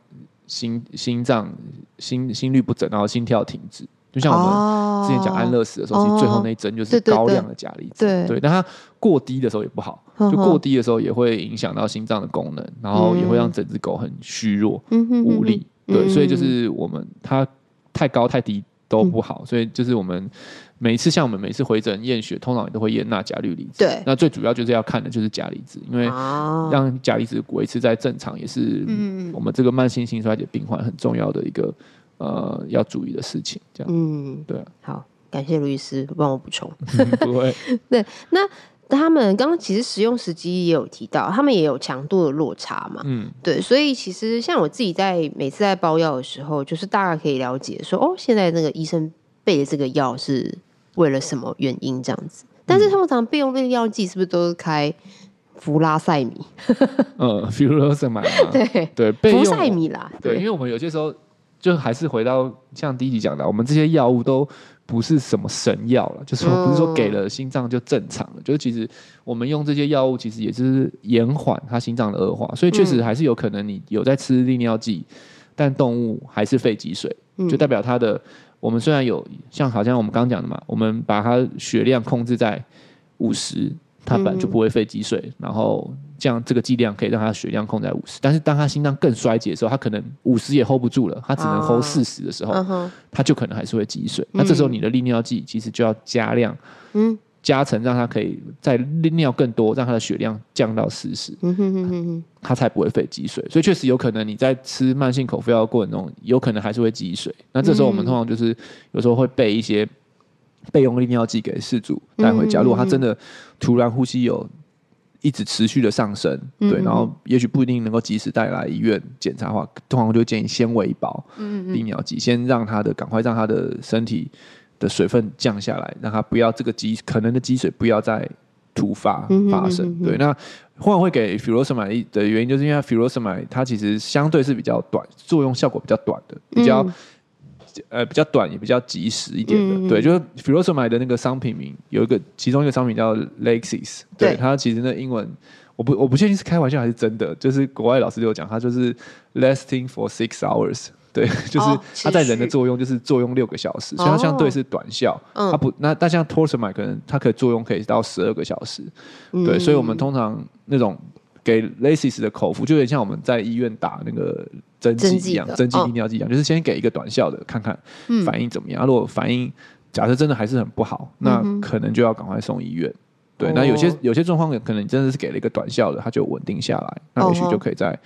[SPEAKER 1] 心心脏心心率不整，然后心跳停止，就像我们。
[SPEAKER 2] 哦
[SPEAKER 1] 之前讲安乐死的时候，其实最后那一针就是
[SPEAKER 2] 对对对
[SPEAKER 1] 高量的钾离子。
[SPEAKER 2] 对
[SPEAKER 1] 但它过低的时候也不好，
[SPEAKER 2] 嗯哼
[SPEAKER 1] 就过低的时候也会影响到心脏的功能，然后也会让整只狗很虚弱、
[SPEAKER 2] 嗯哼
[SPEAKER 1] 无力。
[SPEAKER 2] 嗯
[SPEAKER 1] 对，
[SPEAKER 2] 嗯
[SPEAKER 1] 所以就是我们它太高太低都不
[SPEAKER 2] 嗯
[SPEAKER 1] 好，所以就是我们每一次像我们每次回诊验血，通常也都会验钠钾氯离子。
[SPEAKER 2] 对
[SPEAKER 1] 那最主要就是要看的就是钾离子，因为
[SPEAKER 2] 啊，
[SPEAKER 1] 让钾离子维持在正常，也是
[SPEAKER 2] 嗯
[SPEAKER 1] 我们这个慢性性衰竭病患很重要的一个呃要注意的事情。这样
[SPEAKER 2] 嗯，
[SPEAKER 1] 对啊，
[SPEAKER 2] 好，感谢卢医师帮我补充。
[SPEAKER 1] (laughs) 不会。
[SPEAKER 2] 他们刚刚其实使用时机也有提到，他们也有强度的落差嘛，
[SPEAKER 1] 嗯，
[SPEAKER 2] 对，所以其实像我自己在每次在包药的时候，就是大概可以了解说，哦，现在那个医生备的这个药是为了什么原因这样子。但
[SPEAKER 1] 嗯
[SPEAKER 2] 是通常备用类药剂是不是都是开氟拉塞米？
[SPEAKER 1] 呃 f u r o s m 嘛，
[SPEAKER 2] (laughs) 对，
[SPEAKER 1] 啊对，备用
[SPEAKER 2] 氟塞米啦，
[SPEAKER 1] 对，因为我们有些时候就还是回到像第一集讲的，我们这些药物都不是什么神药了，就是说
[SPEAKER 2] 嗯
[SPEAKER 1] 不是说给了心脏就正常了，就是其实我们用这些药物其实也就是延缓它心脏的恶化，所以确实还是有可能你有在吃利尿剂，但动物还是肺积水，
[SPEAKER 2] 嗯
[SPEAKER 1] 就代表它的我们虽然有像好像我们刚刚讲的嘛，我们把它血量控制在五十，它本来
[SPEAKER 2] 嗯
[SPEAKER 1] 就不会肺积水，然后这样这个剂量可以让它血量控制在五十，但是当它心脏更衰竭的时候，它可能五十也 hold 不住了，它只能
[SPEAKER 2] 啊
[SPEAKER 1] hold 四十的时候，
[SPEAKER 2] 嗯哼，
[SPEAKER 1] 它就可能还是会积水。那这时候你的利尿剂其实就要加量，
[SPEAKER 2] 嗯
[SPEAKER 1] 加成让它可以再利尿更多，让它的血量降到四十，
[SPEAKER 2] 嗯哼哼哼哼，
[SPEAKER 1] 它才不会肺积水。所以确实有可能你在吃慢性口服药的过程中，有可能还是会积水。那这时候
[SPEAKER 2] 嗯
[SPEAKER 1] 我们通常就是有时候会备一些备用利尿剂给事主带回家。
[SPEAKER 2] 嗯
[SPEAKER 1] 如果他真的突然呼吸有一直持续的上升，
[SPEAKER 2] 嗯
[SPEAKER 1] 对，
[SPEAKER 2] 嗯
[SPEAKER 1] 然后也许不一定能够及时带来医院检查的话，通常就建议先喂一包
[SPEAKER 2] 嗯
[SPEAKER 1] 利尿剂，先让他的赶快让他的身体的水分降下来，让他不要这个积可能的积水不要再突发
[SPEAKER 2] 嗯哼
[SPEAKER 1] 发
[SPEAKER 2] 嗯
[SPEAKER 1] 生。
[SPEAKER 2] 哼
[SPEAKER 1] 对，那忽然会给 f u r o s m i 的原因，就是因为 f u r o s m i 它其实相对是比较短，作用效果比较短的，比较、
[SPEAKER 2] 嗯
[SPEAKER 1] 呃比较短也比较及时一点的。
[SPEAKER 2] 嗯嗯嗯
[SPEAKER 1] 对，就是 f u r o s m i 的那个商品名有一个，其中一个商品叫 Lexis，
[SPEAKER 2] 对
[SPEAKER 1] 它其实那英文。我不我不确定是开玩笑还是真的，就是国外老师就有讲，它就是 lasting for six hours，对， (laughs) 就是
[SPEAKER 2] 哦
[SPEAKER 1] 它在
[SPEAKER 2] 持续
[SPEAKER 1] 人的作用就是作用六个小时，所以它相对是短效。
[SPEAKER 2] 嗯
[SPEAKER 1] 它不那但像 t o r s m i 可能它可以作用可以到十二个小时，
[SPEAKER 2] 嗯
[SPEAKER 1] 对，所以我们通常那种给 Lasis 的口服，就有点像我们在医院打那个针
[SPEAKER 2] 针
[SPEAKER 1] 剂
[SPEAKER 2] 剂
[SPEAKER 1] 一样
[SPEAKER 2] 的，
[SPEAKER 1] 针剂
[SPEAKER 2] 嗯
[SPEAKER 1] 利尿剂一样，就是先给一个短效的，看看反应怎么样。如果反应假设真的还是很不好，那可能就要赶快送医院。对，那有些
[SPEAKER 2] 嗯哦
[SPEAKER 1] 有些状况可能你真的是给了一个短效的，它就稳定下来，那也许
[SPEAKER 2] 哦吼
[SPEAKER 1] 就可以再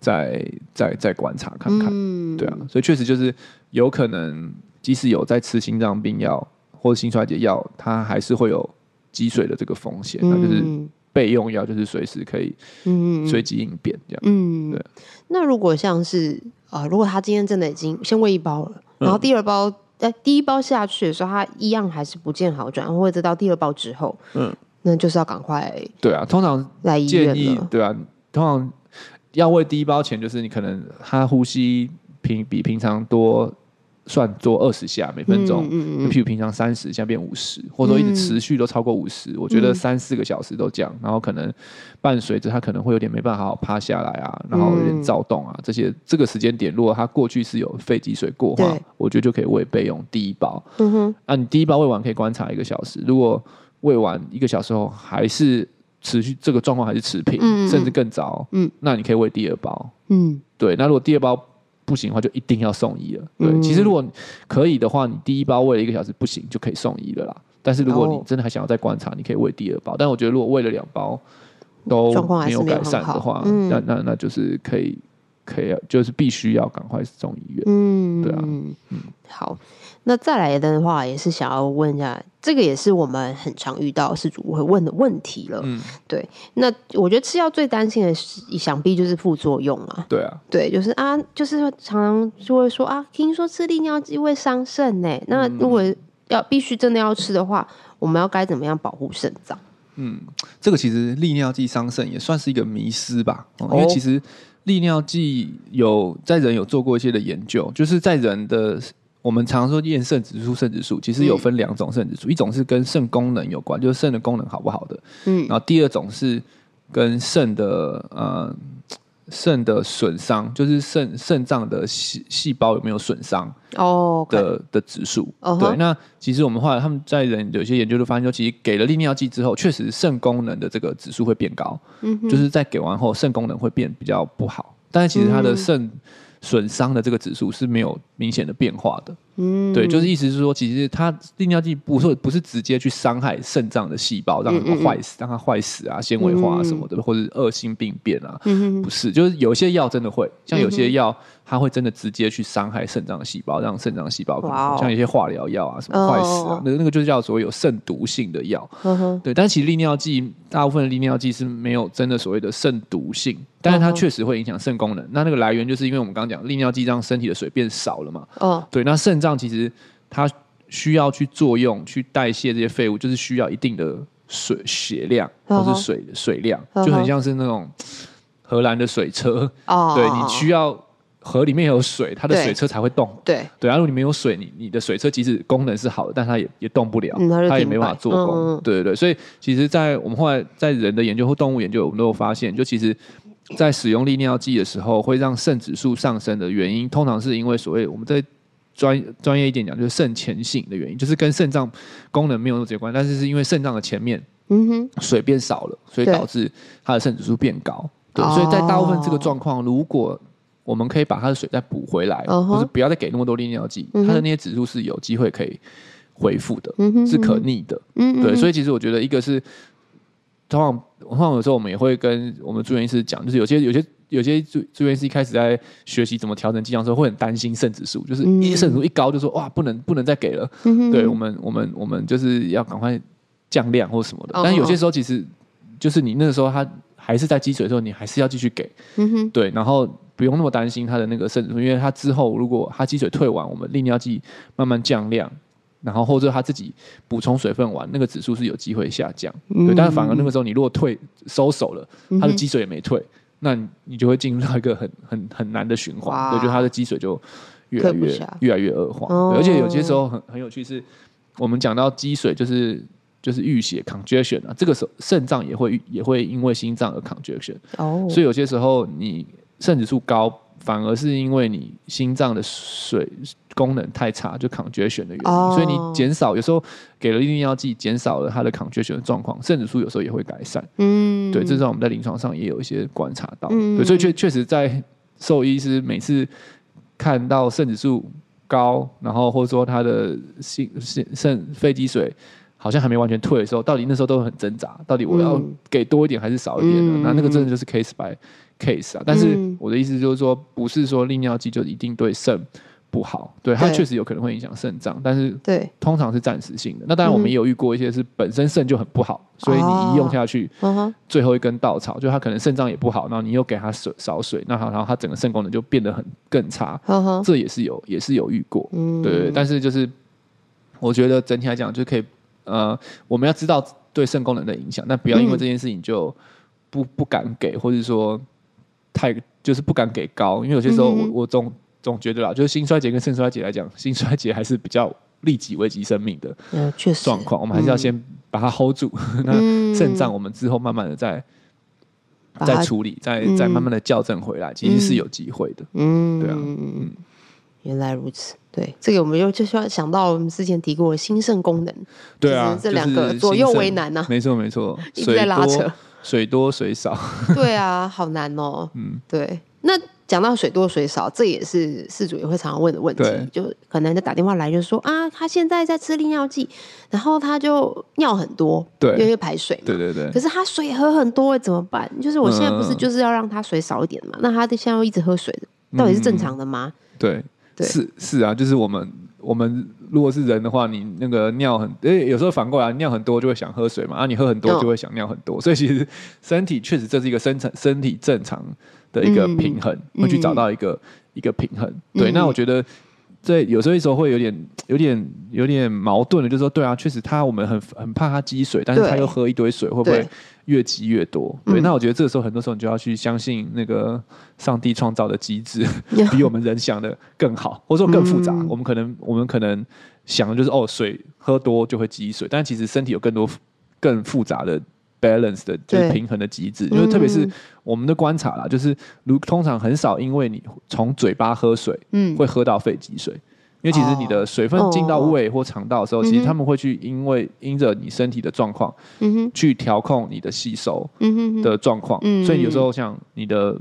[SPEAKER 1] 再再再观察看看。
[SPEAKER 2] 嗯，
[SPEAKER 1] 对啊，，所以确实就是有可能，即使有在吃心脏病药或者心衰竭药，它还是会有积水的这个风险。那就是
[SPEAKER 2] 嗯
[SPEAKER 1] 备用药，就是随时可以
[SPEAKER 2] 嗯
[SPEAKER 1] 随机应变这样。
[SPEAKER 2] 嗯
[SPEAKER 1] 对，
[SPEAKER 2] 那如果像是呃，如果他今天真的已经先喂一包了，然后
[SPEAKER 1] 嗯
[SPEAKER 2] 第二包，哎、第一包下去的时候，他一样还是不见好转，或者到第二包之后，
[SPEAKER 1] 嗯，
[SPEAKER 2] 那就是要赶快
[SPEAKER 1] 对啊，通常
[SPEAKER 2] 来医
[SPEAKER 1] 建
[SPEAKER 2] 院
[SPEAKER 1] 议
[SPEAKER 2] 了。
[SPEAKER 1] 对啊，通常要喂第一包前，就是你可能他呼吸平比平常多算多二十下每分钟。
[SPEAKER 2] 嗯
[SPEAKER 1] 就譬如平常三十，现在变五十，或者说一
[SPEAKER 2] 嗯
[SPEAKER 1] 直持续都超过五十、我觉得
[SPEAKER 2] 嗯
[SPEAKER 1] 三四个小时都这样，然后可能伴随着他可能会有点没办法好好趴下来啊，然后有点
[SPEAKER 2] 嗯
[SPEAKER 1] 躁动啊，这些这个时间点，如果他过去是有肺积水过化
[SPEAKER 2] 对，
[SPEAKER 1] 我觉得就可以喂备用第一包。
[SPEAKER 2] 嗯哼，
[SPEAKER 1] 啊，你第一包喂完可以观察一个小时，如果喂完一个小时后还是持续这个状况还是持平，
[SPEAKER 2] 嗯嗯嗯
[SPEAKER 1] 甚至更糟，
[SPEAKER 2] 嗯
[SPEAKER 1] 那你可以喂第二包。
[SPEAKER 2] 嗯
[SPEAKER 1] 对，那如果第二包不行的话，就一定要送医了。对，
[SPEAKER 2] 嗯
[SPEAKER 1] 其实如果可以的话，你第一包喂了一个小时不行，就可以送医了啦。但是如果你
[SPEAKER 2] 哦
[SPEAKER 1] 真的还想要再观察，你可以喂第二包。但我觉得如果喂了两包都
[SPEAKER 2] 状况还
[SPEAKER 1] 没
[SPEAKER 2] 是
[SPEAKER 1] 有
[SPEAKER 2] 没有
[SPEAKER 1] 改善
[SPEAKER 2] 很好
[SPEAKER 1] 的话，
[SPEAKER 2] 嗯
[SPEAKER 1] 那那那就是可以可以就是必须要赶快送医院。
[SPEAKER 2] 嗯，
[SPEAKER 1] 对啊
[SPEAKER 2] 嗯，好。那再来的话，也是想要问一下，这个也是我们很常遇到事主会问的问题了。
[SPEAKER 1] 嗯，
[SPEAKER 2] 对，那我觉得吃药最担心的是，想必就是副作用嘛。
[SPEAKER 1] 对啊，
[SPEAKER 2] 对，就是啊，就是常常就会说啊，听说吃利尿剂会伤肾呢。那
[SPEAKER 1] 嗯
[SPEAKER 2] 如果要必须真的要吃的话，我们要该怎么样保护肾脏？
[SPEAKER 1] 这个其实利尿剂伤肾也算是一个迷思吧，哦因为
[SPEAKER 2] 哦
[SPEAKER 1] 其实利尿剂有在人有做过一些的研究，就是在人的我们常说验肾指数、肾指数，其实
[SPEAKER 2] 嗯
[SPEAKER 1] 有分两种肾指数，一种是跟肾功能有关，就是肾的功能好不好的，
[SPEAKER 2] 嗯
[SPEAKER 1] 然后第二种是跟肾的呃肾的损伤，就是肾肾脏的细细胞有没有损伤，
[SPEAKER 2] 哦，
[SPEAKER 1] 的的指数。
[SPEAKER 2] 嗯哼
[SPEAKER 1] 对，那其实我们后来他们在人有些研究就发现说，其实给了利尿剂之后，确实肾功能的这个指数会变高，
[SPEAKER 2] 嗯哼
[SPEAKER 1] 就是在给完后肾功能会变比较不好，但是其实它
[SPEAKER 2] 嗯
[SPEAKER 1] 的肾损伤的这个指数是没有明显的变化的。
[SPEAKER 2] 嗯，
[SPEAKER 1] 对，就是意思是说，其实它利尿剂不是不是直接去伤害肾脏的细胞，让它
[SPEAKER 2] 嗯嗯嗯嗯
[SPEAKER 1] 坏死，让它坏死啊、纤维化啊什么的，或者是恶性病变啊，
[SPEAKER 2] 嗯哼
[SPEAKER 1] 不是，就是有些药真的会，像有
[SPEAKER 2] 嗯
[SPEAKER 1] 些
[SPEAKER 2] 哼
[SPEAKER 1] 药它会真的直接去伤害肾脏的细胞，让肾脏细胞可能
[SPEAKER 2] 哇哦
[SPEAKER 1] 像一些化疗药啊什么
[SPEAKER 2] 哦
[SPEAKER 1] 坏死
[SPEAKER 2] 哦
[SPEAKER 1] 啊，那那个就叫所谓有肾毒性的药。
[SPEAKER 2] 呵呵，
[SPEAKER 1] 对，但其实利尿剂大部分的利尿剂是没有真的所谓的肾毒性，但是
[SPEAKER 2] 嗯
[SPEAKER 1] 它
[SPEAKER 2] 哼
[SPEAKER 1] 确实会影响肾功能。那那个来源就是因为我们刚刚讲利尿剂让身体的水变少了嘛，
[SPEAKER 2] 哦，
[SPEAKER 1] 对，那肾脏其实它需要去作用、去代谢这些废物，就是需要一定的水血量
[SPEAKER 2] 嗯
[SPEAKER 1] 或
[SPEAKER 2] 哼
[SPEAKER 1] 是水水量，
[SPEAKER 2] 嗯哼
[SPEAKER 1] 就很像是那种荷兰的水车，
[SPEAKER 2] 哦，
[SPEAKER 1] 对你需
[SPEAKER 2] 要
[SPEAKER 1] 要河里面有水，它的
[SPEAKER 2] 对
[SPEAKER 1] 水车才会动。
[SPEAKER 2] 对，
[SPEAKER 1] 对，啊，如果你没有水，你你的水车即使功能是好的，但它也也动不了，
[SPEAKER 2] 嗯它就
[SPEAKER 1] 也
[SPEAKER 2] 停
[SPEAKER 1] 没办
[SPEAKER 2] 摆
[SPEAKER 1] 法做工。
[SPEAKER 2] 嗯嗯嗯
[SPEAKER 1] 对对对，所以其实，在我们后来在人的研究或动物研究，我们都有发现，就其实，在使用利尿剂的时候，会让肾指数上升的原因，通常是因为所谓我们在专专业一点讲，就是肾前性的原因，就是跟肾脏功能没有那么直接关系，但是是因为肾脏的前面
[SPEAKER 2] 嗯哼，
[SPEAKER 1] 水变少了，所以
[SPEAKER 2] 对
[SPEAKER 1] 导致它的肾指数变高。对，
[SPEAKER 2] 哦
[SPEAKER 1] 所以在大部分这个状况，如果我们可以把它的水再补回来，
[SPEAKER 2] 嗯哼
[SPEAKER 1] 或是不要再给那么多利尿剂，
[SPEAKER 2] 嗯哼
[SPEAKER 1] 它的那些指数是有机会可以恢复的，
[SPEAKER 2] 嗯哼，
[SPEAKER 1] 是可逆的。
[SPEAKER 2] 嗯，嗯，
[SPEAKER 1] 对，所
[SPEAKER 2] 以
[SPEAKER 1] 以其实我觉得一个是，通常通常有时候我们也会跟我们住院医师讲，就是有些有些有些住住院医师一开始在学习怎么调整剂量的时候，会很担心肾指数，就是
[SPEAKER 2] 嗯
[SPEAKER 1] 一肾指数一高就说哇不能不能再给了，对我们我们我们就是要赶快降量或什么的
[SPEAKER 2] 嗯。
[SPEAKER 1] 但有
[SPEAKER 2] 嗯
[SPEAKER 1] 些时候其实就是你那个时候它还是在积水的时候，你还是要继续给，
[SPEAKER 2] 嗯哼，
[SPEAKER 1] 对，然后不用那么担心它的那个肾指数，因为它之后如果它积水退完，我们利尿剂慢慢降量，然后或者它自己补充水分完，那个指数是有机会下降。对，但是反而那个时候你如果退收手了，
[SPEAKER 2] 嗯
[SPEAKER 1] 它的积水也没退，那你你就会进入到一个很很很难的循环，
[SPEAKER 2] 哇
[SPEAKER 1] 对，就它的积水就越来
[SPEAKER 2] 退不
[SPEAKER 1] 越
[SPEAKER 2] 下
[SPEAKER 1] 越来越恶化。
[SPEAKER 2] 哦
[SPEAKER 1] 对而且有些时候很很有趣是，我们讲到积水就是。就是淤血 congestion 啊，这个时候肾脏也会也会因为心脏而 congestion，
[SPEAKER 2] 哦，
[SPEAKER 1] 所
[SPEAKER 2] 以
[SPEAKER 1] 以有些时候你肾指数高，反而是因为你心脏的水功能太差，就 congestion 的原因。
[SPEAKER 2] 哦
[SPEAKER 1] 所以你减少有时候给了利尿剂，减少了它的 congestion 的状况，肾指数有时候也会改善。
[SPEAKER 2] 嗯，
[SPEAKER 1] 对，这是我们在临床上也有一些观察到。
[SPEAKER 2] 嗯
[SPEAKER 1] 对，所以确确实在兽医师每次看到肾指数高，然后或者说他的心肾肾肺积水。好像还没完全退的时候，到底那时候都很挣扎，到底我要
[SPEAKER 2] 嗯
[SPEAKER 1] 给多一点还是少一点呢？
[SPEAKER 2] 嗯
[SPEAKER 1] 那那个真的就是 case by case 啊。但是
[SPEAKER 2] 嗯
[SPEAKER 1] 我的意思就是说，不是说利尿剂就一定对肾不好，对它
[SPEAKER 2] 对
[SPEAKER 1] 确实有可能会影响肾脏，但是
[SPEAKER 2] 对，
[SPEAKER 1] 通常是暂时性的。那当然，我
[SPEAKER 2] 嗯
[SPEAKER 1] 们也有遇过一些是本身肾就很不好，所以你一用下去，
[SPEAKER 2] 嗯哼，
[SPEAKER 1] 最后一根稻草，就他可能肾脏也不好，然后你又给他水少水，那他然后他整个肾功能就变得很更差，
[SPEAKER 2] 嗯哼，
[SPEAKER 1] 这也是有也是有遇过，
[SPEAKER 2] 嗯，
[SPEAKER 1] 对对。对但是就是我觉得整体来讲就可以，呃，我们要知道对肾功能的影响，但不要因为
[SPEAKER 2] 嗯
[SPEAKER 1] 这件事情就不不敢给，或者说太就是不敢给高，因为有些时候
[SPEAKER 2] 嗯
[SPEAKER 1] 我、
[SPEAKER 2] 哼
[SPEAKER 1] 我总总觉得啦，就是心衰竭跟肾衰竭来讲， (laughs) 心衰竭还是比较立即危及生命的
[SPEAKER 2] 嗯，确实
[SPEAKER 1] 状况，我们还是要先把它 hold 住， (laughs) 那
[SPEAKER 2] 嗯
[SPEAKER 1] 肾脏我们之后慢慢的再。
[SPEAKER 2] 把它
[SPEAKER 1] 再处理，再
[SPEAKER 2] 嗯
[SPEAKER 1] 再慢慢的校正回来，其实是有机会的。
[SPEAKER 2] 嗯，
[SPEAKER 1] 对啊
[SPEAKER 2] 嗯原来如此。对，这个我们又就是要想到我们之前提过的心肾
[SPEAKER 1] (laughs)
[SPEAKER 2] 功能，
[SPEAKER 1] 对啊，
[SPEAKER 2] 这两
[SPEAKER 1] 就
[SPEAKER 2] 个
[SPEAKER 1] 是
[SPEAKER 2] 左右
[SPEAKER 1] 心肾
[SPEAKER 2] 为难呢、
[SPEAKER 1] 没错没错，
[SPEAKER 2] 一直在
[SPEAKER 1] 水
[SPEAKER 2] 拉扯
[SPEAKER 1] 多。水多水少， (laughs)
[SPEAKER 2] 对啊，好难哦。
[SPEAKER 1] 嗯，
[SPEAKER 2] 对。那讲到水多水少，这也是事主也会常常问的问题
[SPEAKER 1] 对，
[SPEAKER 2] 就可能就打电话来就说啊，他现在在吃利尿剂，然后他就尿很多，
[SPEAKER 1] 对
[SPEAKER 2] 因为排水嘛。
[SPEAKER 1] 对对对
[SPEAKER 2] 可，是他水喝很多欸怎么办？就是我现在不是
[SPEAKER 1] 嗯
[SPEAKER 2] 就是要让他水少一点嘛？那他现在又一直喝水，到底是正常的吗？
[SPEAKER 1] 对
[SPEAKER 2] 对
[SPEAKER 1] 是是啊，就是我们我们如果是人的话，你那个尿很，诶，有时候反过来尿很多就会想喝水嘛，啊，你喝很多
[SPEAKER 2] 嗯
[SPEAKER 1] 就会想尿很多，所以其实身体确实这是一个生产身体正常的一个
[SPEAKER 2] 嗯
[SPEAKER 1] 平衡，
[SPEAKER 2] 嗯
[SPEAKER 1] 会去找到一个一个平衡。对，
[SPEAKER 2] 嗯
[SPEAKER 1] 那我觉得。这有时候一时候会有点、有点、有点矛盾的，就是说，对啊，确实他我们很很怕他积水，但是
[SPEAKER 2] 对
[SPEAKER 1] 他又喝一堆水，会不
[SPEAKER 2] 对
[SPEAKER 1] 会越积越多？对，
[SPEAKER 2] 嗯
[SPEAKER 1] 那我觉得这个时候很多时候你就要去相信那个上帝创造的机制，
[SPEAKER 2] (laughs)
[SPEAKER 1] 比我们人想的更好，或者说更复杂。
[SPEAKER 2] 嗯
[SPEAKER 1] 我们可能我们可能想的就是哦，水喝多就会积水，但其实身体有更多更复杂的 balance 的，就是
[SPEAKER 2] 对
[SPEAKER 1] 平衡的机制。就是特别是
[SPEAKER 2] 嗯
[SPEAKER 1] 我们的观察啦，就是如通常很少因为你从嘴巴喝水
[SPEAKER 2] 嗯，
[SPEAKER 1] 会喝到肺积水。因为其实你的水分进到
[SPEAKER 2] 哦
[SPEAKER 1] 胃或肠道的时候，其
[SPEAKER 2] 嗯哼
[SPEAKER 1] 实他们会去因为因着你身体的状况
[SPEAKER 2] 嗯哼，
[SPEAKER 1] 去调控你的吸收，
[SPEAKER 2] 嗯哼哼，
[SPEAKER 1] 的状况，
[SPEAKER 2] 嗯
[SPEAKER 1] 所以有时候像你的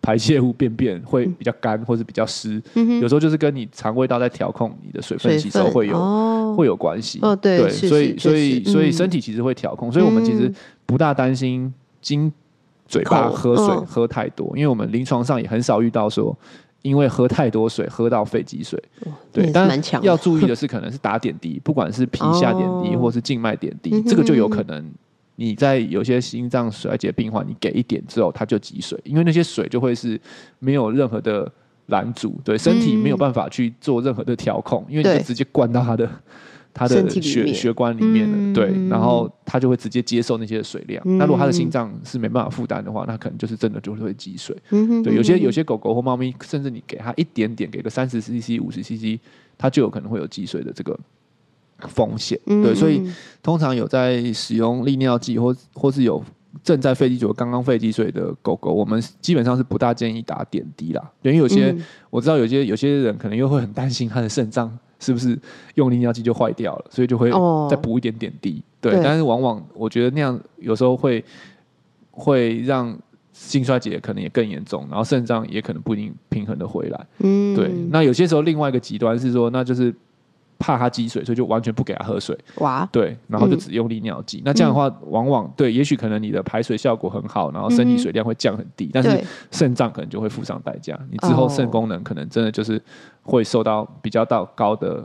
[SPEAKER 1] 排泄物便便会比较干或是比较湿，
[SPEAKER 2] 嗯哼
[SPEAKER 1] 有时候就是跟你肠胃道在调控你的水分
[SPEAKER 2] 水
[SPEAKER 1] 吸收会有、
[SPEAKER 2] 哦、
[SPEAKER 1] 会有关系。
[SPEAKER 2] 哦对是
[SPEAKER 1] 所
[SPEAKER 2] 是
[SPEAKER 1] 以
[SPEAKER 2] 确
[SPEAKER 1] 所以
[SPEAKER 2] 实
[SPEAKER 1] 所以
[SPEAKER 2] 嗯
[SPEAKER 1] 身体其实会调控，所以我们其实
[SPEAKER 2] 嗯
[SPEAKER 1] 不大担心经嘴巴
[SPEAKER 2] 口
[SPEAKER 1] 喝水
[SPEAKER 2] 嗯
[SPEAKER 1] 喝太多，因为我们临床上也很少遇到说。因为喝太多水，喝到肺积水，
[SPEAKER 2] 也
[SPEAKER 1] 对，
[SPEAKER 2] 是
[SPEAKER 1] 但
[SPEAKER 2] 嗯蛮强的
[SPEAKER 1] 要注意的是，可能是打点滴， (laughs) 不管是皮下点滴
[SPEAKER 2] 哦
[SPEAKER 1] 或是静脉点滴，
[SPEAKER 2] 嗯哼
[SPEAKER 1] 这个就有
[SPEAKER 2] 哼
[SPEAKER 1] 可能你在有些心脏衰竭病患，你给一点之后，它就积水，因为那些水就会是没有任何的拦阻，对身体没有办法去做任何的调控，因为你
[SPEAKER 2] 嗯对
[SPEAKER 1] 就直接灌到
[SPEAKER 2] (laughs)
[SPEAKER 1] 它的它的
[SPEAKER 2] 身体里
[SPEAKER 1] 血
[SPEAKER 2] 面
[SPEAKER 1] 血管里面了，
[SPEAKER 2] 嗯
[SPEAKER 1] 对，然后它就会直接接受那些水量。
[SPEAKER 2] 嗯
[SPEAKER 1] 那如果它的心脏是没办法负担的话，那可能就是真的就会积水。
[SPEAKER 2] 嗯哼
[SPEAKER 1] 对，有些有
[SPEAKER 2] 些
[SPEAKER 1] 些狗狗或猫咪，甚至你给它一点点，给个三十 CC、五十 CC，它就有可能会有积水的这个风险。
[SPEAKER 2] 嗯
[SPEAKER 1] 对，所以通常有在使用利尿剂或或是有正在肺积水、刚刚肺积水的狗狗，我们基本上是不大建议打点滴啦。对因为有
[SPEAKER 2] 有
[SPEAKER 1] 些、我知道有些有些人可能又会很担心他的肾脏是不是用利尿剂就坏掉了，所以就会
[SPEAKER 2] 哦
[SPEAKER 1] 再补一点点滴。对，
[SPEAKER 2] 对
[SPEAKER 1] 但是往往我觉得那样有时候会会让心衰竭可能也更严重，然后肾脏也可能不一定平衡的回来。
[SPEAKER 2] 嗯
[SPEAKER 1] 对，那有些时候另外一个极端是说，那就是怕它积水，所以就完全不给它喝水。
[SPEAKER 2] 哇
[SPEAKER 1] 对，然后就
[SPEAKER 2] 嗯
[SPEAKER 1] 只用利尿剂。那这样的话，往往对，也许可能你的排水效果很好，然后身
[SPEAKER 2] 嗯
[SPEAKER 1] 体水量会降很低，但是
[SPEAKER 2] 对
[SPEAKER 1] 肾脏可能就会付上代价。你之后肾功能可能真的就是会受到比较到高的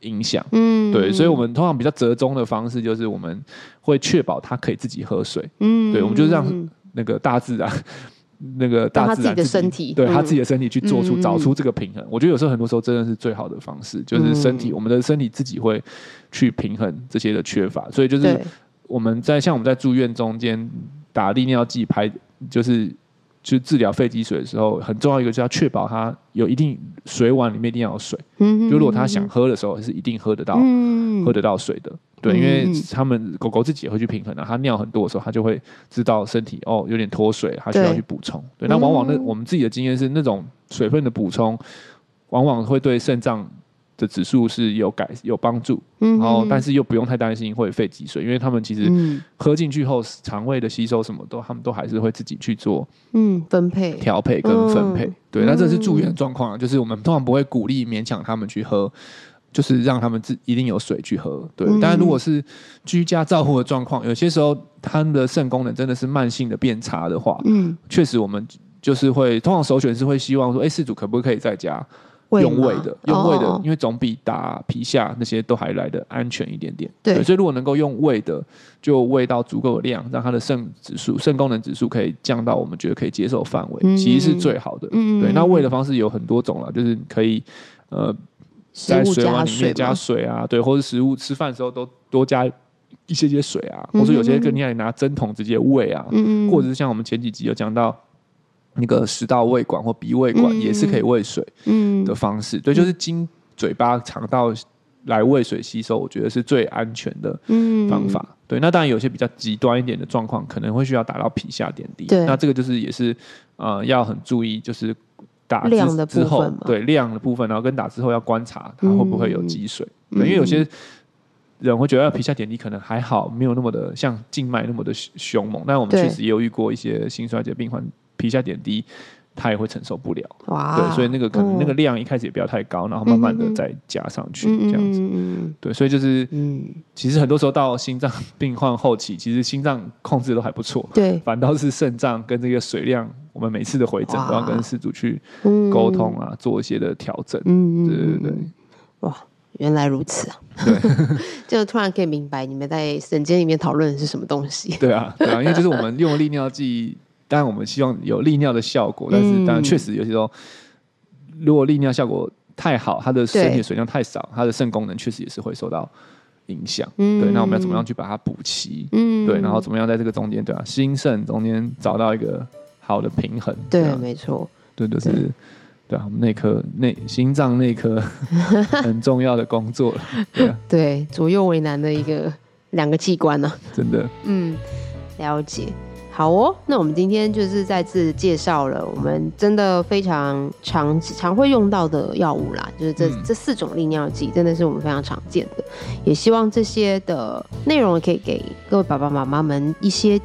[SPEAKER 1] 影响。
[SPEAKER 2] 嗯
[SPEAKER 1] 对，所以我们通常比较折中的方式就是我们会确保它可以自己喝水，
[SPEAKER 2] 嗯
[SPEAKER 1] 对我们就是让
[SPEAKER 2] 嗯
[SPEAKER 1] 那个大自然。 (laughs) 那个
[SPEAKER 2] 让它
[SPEAKER 1] 大
[SPEAKER 2] 自
[SPEAKER 1] 自
[SPEAKER 2] 己
[SPEAKER 1] 然
[SPEAKER 2] 的身体
[SPEAKER 1] 对他
[SPEAKER 2] 嗯
[SPEAKER 1] 自己的身体去做出、
[SPEAKER 2] 嗯嗯
[SPEAKER 1] 找
[SPEAKER 2] 嗯
[SPEAKER 1] 出这个平衡，我觉得有时候很多时候真的是最好的方式，就是身
[SPEAKER 2] 嗯
[SPEAKER 1] 体、我们的身体自己会去平衡这些的缺乏，所以就是
[SPEAKER 2] 对
[SPEAKER 1] 我们在像我们在住院中间打利尿剂排，就是去治疗肺积水的时候，很重要一个就是要确保它有一定水碗里面一定要有水，
[SPEAKER 2] 嗯
[SPEAKER 1] 就如果它想喝的时候是一定喝得到、
[SPEAKER 2] 嗯
[SPEAKER 1] 喝得到水的。对，
[SPEAKER 2] 嗯
[SPEAKER 1] 因为他们狗狗自己也会去平衡的、啊，它尿很多的时候，它就会知道身体哦有点脱水，它需要
[SPEAKER 2] 对
[SPEAKER 1] 去补充。对，那往往那、
[SPEAKER 2] 嗯
[SPEAKER 1] 我们自己的经验是，那种水分的补充，往往会对肾脏的指数是有改有帮助，
[SPEAKER 2] 嗯
[SPEAKER 1] 然后但
[SPEAKER 2] 是
[SPEAKER 1] 是又不用太担心会有肺积水，因为他们其实
[SPEAKER 2] 嗯
[SPEAKER 1] 喝进去后，肠胃的吸收什么都，他们都还是会自己去做
[SPEAKER 2] 嗯分配
[SPEAKER 1] 调配跟分配。
[SPEAKER 2] 嗯
[SPEAKER 1] 对，那这是住院的状况啊，就是我们通常不会鼓励勉强他们去喝，就是让他们自一定有水去喝。对，
[SPEAKER 2] 嗯
[SPEAKER 1] 但是如果是居家照护的状况，有些时候他们的肾功能真的是慢性的变差的话，
[SPEAKER 2] 嗯
[SPEAKER 1] 确实我们就就是会通常首选是会希望说，哎、饲主可不可以在家用
[SPEAKER 2] 吗
[SPEAKER 1] 喂的，用喂的，
[SPEAKER 2] 哦哦
[SPEAKER 1] 因为总比打皮下那些都还来的安全一点点。
[SPEAKER 2] 对
[SPEAKER 1] 所以如果能够用喂的，就喂到足够的量，让它的肾指数、肾功能指数可以降到我们觉得可以接受的范围，
[SPEAKER 2] 嗯
[SPEAKER 1] 其实是最好的。
[SPEAKER 2] 嗯
[SPEAKER 1] 对，那喂的方式有很多种啦，就是可以呃
[SPEAKER 2] 食
[SPEAKER 1] 在
[SPEAKER 2] 物
[SPEAKER 1] 水
[SPEAKER 2] 加
[SPEAKER 1] 碗里
[SPEAKER 2] 水
[SPEAKER 1] 面加
[SPEAKER 2] 吗
[SPEAKER 1] 水啊，对，或者食物吃饭的时候都多加一些些水啊，或者有些
[SPEAKER 2] 嗯哼
[SPEAKER 1] 更厉害，拿针筒直接喂啊，
[SPEAKER 2] 嗯嗯，
[SPEAKER 1] 或者是像我们前几集有讲到。那个食道胃管或鼻胃管
[SPEAKER 2] 嗯
[SPEAKER 1] 也是可以喂水
[SPEAKER 2] 嗯
[SPEAKER 1] 的方式，对，就是经嘴巴、肠道来喂水吸收，我觉得是最安全的
[SPEAKER 2] 嗯
[SPEAKER 1] 方法。对，那当然有些比较极端一点的状况，可能会需要打到皮下点滴。
[SPEAKER 2] 对
[SPEAKER 1] 那这个就是也是呃要很注意，就是打之
[SPEAKER 2] 量的部
[SPEAKER 1] 之
[SPEAKER 2] 分
[SPEAKER 1] 后
[SPEAKER 2] 嘛，
[SPEAKER 1] 对量的部分，然后跟打之后要观察它会不会有积水，
[SPEAKER 2] 嗯
[SPEAKER 1] 对，因为有些。人会觉得呃皮下点滴可能还好，没有那么的像静脉那么的凶凶猛。但我们
[SPEAKER 2] 对
[SPEAKER 1] 确实也有遇过一些心衰竭病患，皮下点滴他也会承受不了。
[SPEAKER 2] 哇，
[SPEAKER 1] 对，所以那个可能那个
[SPEAKER 2] 嗯
[SPEAKER 1] 量一开始也不要太高，然后慢慢
[SPEAKER 2] 嗯
[SPEAKER 1] 的
[SPEAKER 2] 嗯嗯
[SPEAKER 1] 再加上去，
[SPEAKER 2] 嗯
[SPEAKER 1] 这样子。
[SPEAKER 2] 嗯嗯
[SPEAKER 1] 对，所以就是
[SPEAKER 2] 嗯嗯，
[SPEAKER 1] 其实很多时候到心脏病患后期，其实心脏控制都还不错，
[SPEAKER 2] 对，
[SPEAKER 1] 反倒是肾脏跟这个水量，我们每次的回诊
[SPEAKER 2] 哇
[SPEAKER 1] 都要跟事主去
[SPEAKER 2] 嗯
[SPEAKER 1] 沟通，啊，做一些的调整。
[SPEAKER 2] 嗯嗯，
[SPEAKER 1] 对对
[SPEAKER 2] 嗯
[SPEAKER 1] 对，
[SPEAKER 2] 哇，原来如此啊！ (laughs) 就突然可以明白你们在神间里面讨论的是什么东西。
[SPEAKER 1] 对啊，对啊，因为就是我们用利尿剂，当然我们希望有利尿的效
[SPEAKER 2] (laughs)
[SPEAKER 1] 果，但是
[SPEAKER 2] 嗯
[SPEAKER 1] 当然确实有些时候，如果利尿效果太好，它的身体
[SPEAKER 2] 对
[SPEAKER 1] 的水量太少，它的肾功能确实也是会受到影响。
[SPEAKER 2] 嗯
[SPEAKER 1] 对，那我们要怎么样去把它补齐？
[SPEAKER 2] 嗯
[SPEAKER 1] 对，然后怎么样在这个中间，对啊，心肾中间找到一个好的平衡。
[SPEAKER 2] 对，
[SPEAKER 1] 啊，
[SPEAKER 2] 没错，
[SPEAKER 1] 对，就是对啊，我们内科内心脏内 (laughs) 科很重要的工作了，对啊，
[SPEAKER 2] 对，左右为难的一个两个器官啊呢、
[SPEAKER 1] 真的，
[SPEAKER 2] 嗯，了解。好哦，那我们今天就是再次介绍了我们真的非常常常会用到的药物啦，就是这、
[SPEAKER 1] 嗯
[SPEAKER 2] 这四种利尿剂真的是我们非常常见的，也希望这些的内容可以给各位爸爸妈妈们一些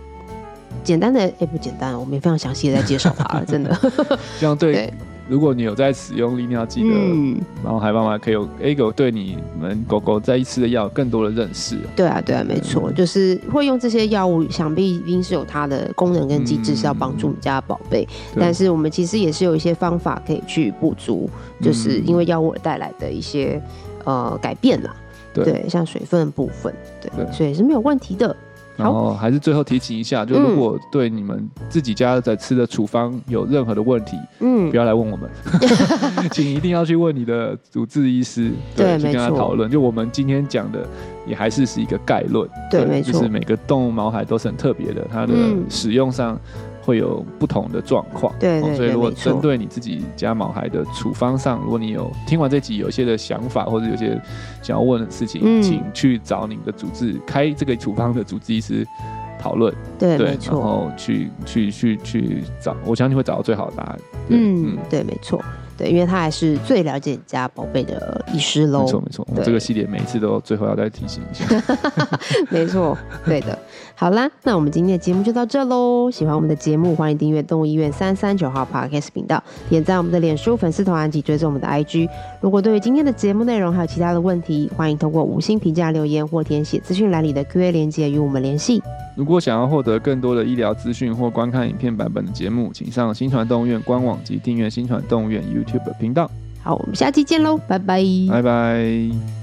[SPEAKER 2] 简单的，也、不简单，我们也非常详细的在介绍它了，真的。
[SPEAKER 1] 这样对
[SPEAKER 2] 对。
[SPEAKER 1] 如果你有在使用利尿剂的
[SPEAKER 2] 嗯，
[SPEAKER 1] 然后还慢慢可以有 A 狗对你们狗狗在吃的药有更多的认识。
[SPEAKER 2] 对啊，对啊，没错，
[SPEAKER 1] 嗯
[SPEAKER 2] 就是会用这些药物，想必一定是有它的功能跟机制是要帮助你家的宝贝。
[SPEAKER 1] 嗯对
[SPEAKER 2] 但是我们其实也是有一些方法可以去补足，就是
[SPEAKER 1] 嗯
[SPEAKER 2] 因为药物而带来的一些呃改变啦。
[SPEAKER 1] 对
[SPEAKER 2] 像水分的部分，对，
[SPEAKER 1] 对
[SPEAKER 2] 所以是没有问题的。
[SPEAKER 1] 然后还是最后提醒一下，就如果对你们自己家在吃的处方有任何的问题，
[SPEAKER 2] 嗯
[SPEAKER 1] 不，要来问
[SPEAKER 2] (laughs)
[SPEAKER 1] 我们，请一定要去问你的主治医师，
[SPEAKER 2] 对
[SPEAKER 1] 去跟他
[SPEAKER 2] 没错
[SPEAKER 1] 讨论。就我们今天讲的，也还是是一个概论，
[SPEAKER 2] 对没错
[SPEAKER 1] 就是每个动物毛海都是很特别的，它的
[SPEAKER 2] 嗯
[SPEAKER 1] 使用上会有不同的状况。哦
[SPEAKER 2] 对对
[SPEAKER 1] 所以
[SPEAKER 2] 对
[SPEAKER 1] 如果
[SPEAKER 2] 没错
[SPEAKER 1] 针对你自己家毛孩的处方上，如果你有听完这集有一些的想法或者有些想要问的事情，
[SPEAKER 2] 嗯
[SPEAKER 1] 请去找你的主治开这个处方的主治医师讨论。
[SPEAKER 2] 对，
[SPEAKER 1] 对，
[SPEAKER 2] 没
[SPEAKER 1] 然
[SPEAKER 2] 错，
[SPEAKER 1] 后去去去去找，我相信会找到最好的答案。对
[SPEAKER 2] 嗯，对，没错，对，因为他还是最了解你家宝贝的医师喽
[SPEAKER 1] 没。错没错，我
[SPEAKER 2] 对
[SPEAKER 1] 这个系列每一次都最后要再提醒一下。
[SPEAKER 2] (laughs) 没错，对的。好啦，那我们今天的节目就到这喽。喜欢我们的节目，欢迎订阅动物医院三三九号 Podcast 频道，点赞我们的脸书粉丝团及追踪我们的 IG。如果对于今天的节目内容还有其他的问题，欢迎通过五星评价留言或填写资讯栏里的 Q&A 连接与我们联系。
[SPEAKER 1] 如果想要获得更多的医疗资讯或观看影片版本的节目，请上新传动物院官网及订阅新传动物院 YouTube 频道。
[SPEAKER 2] 好，我们下期见喽，拜拜
[SPEAKER 1] 拜拜。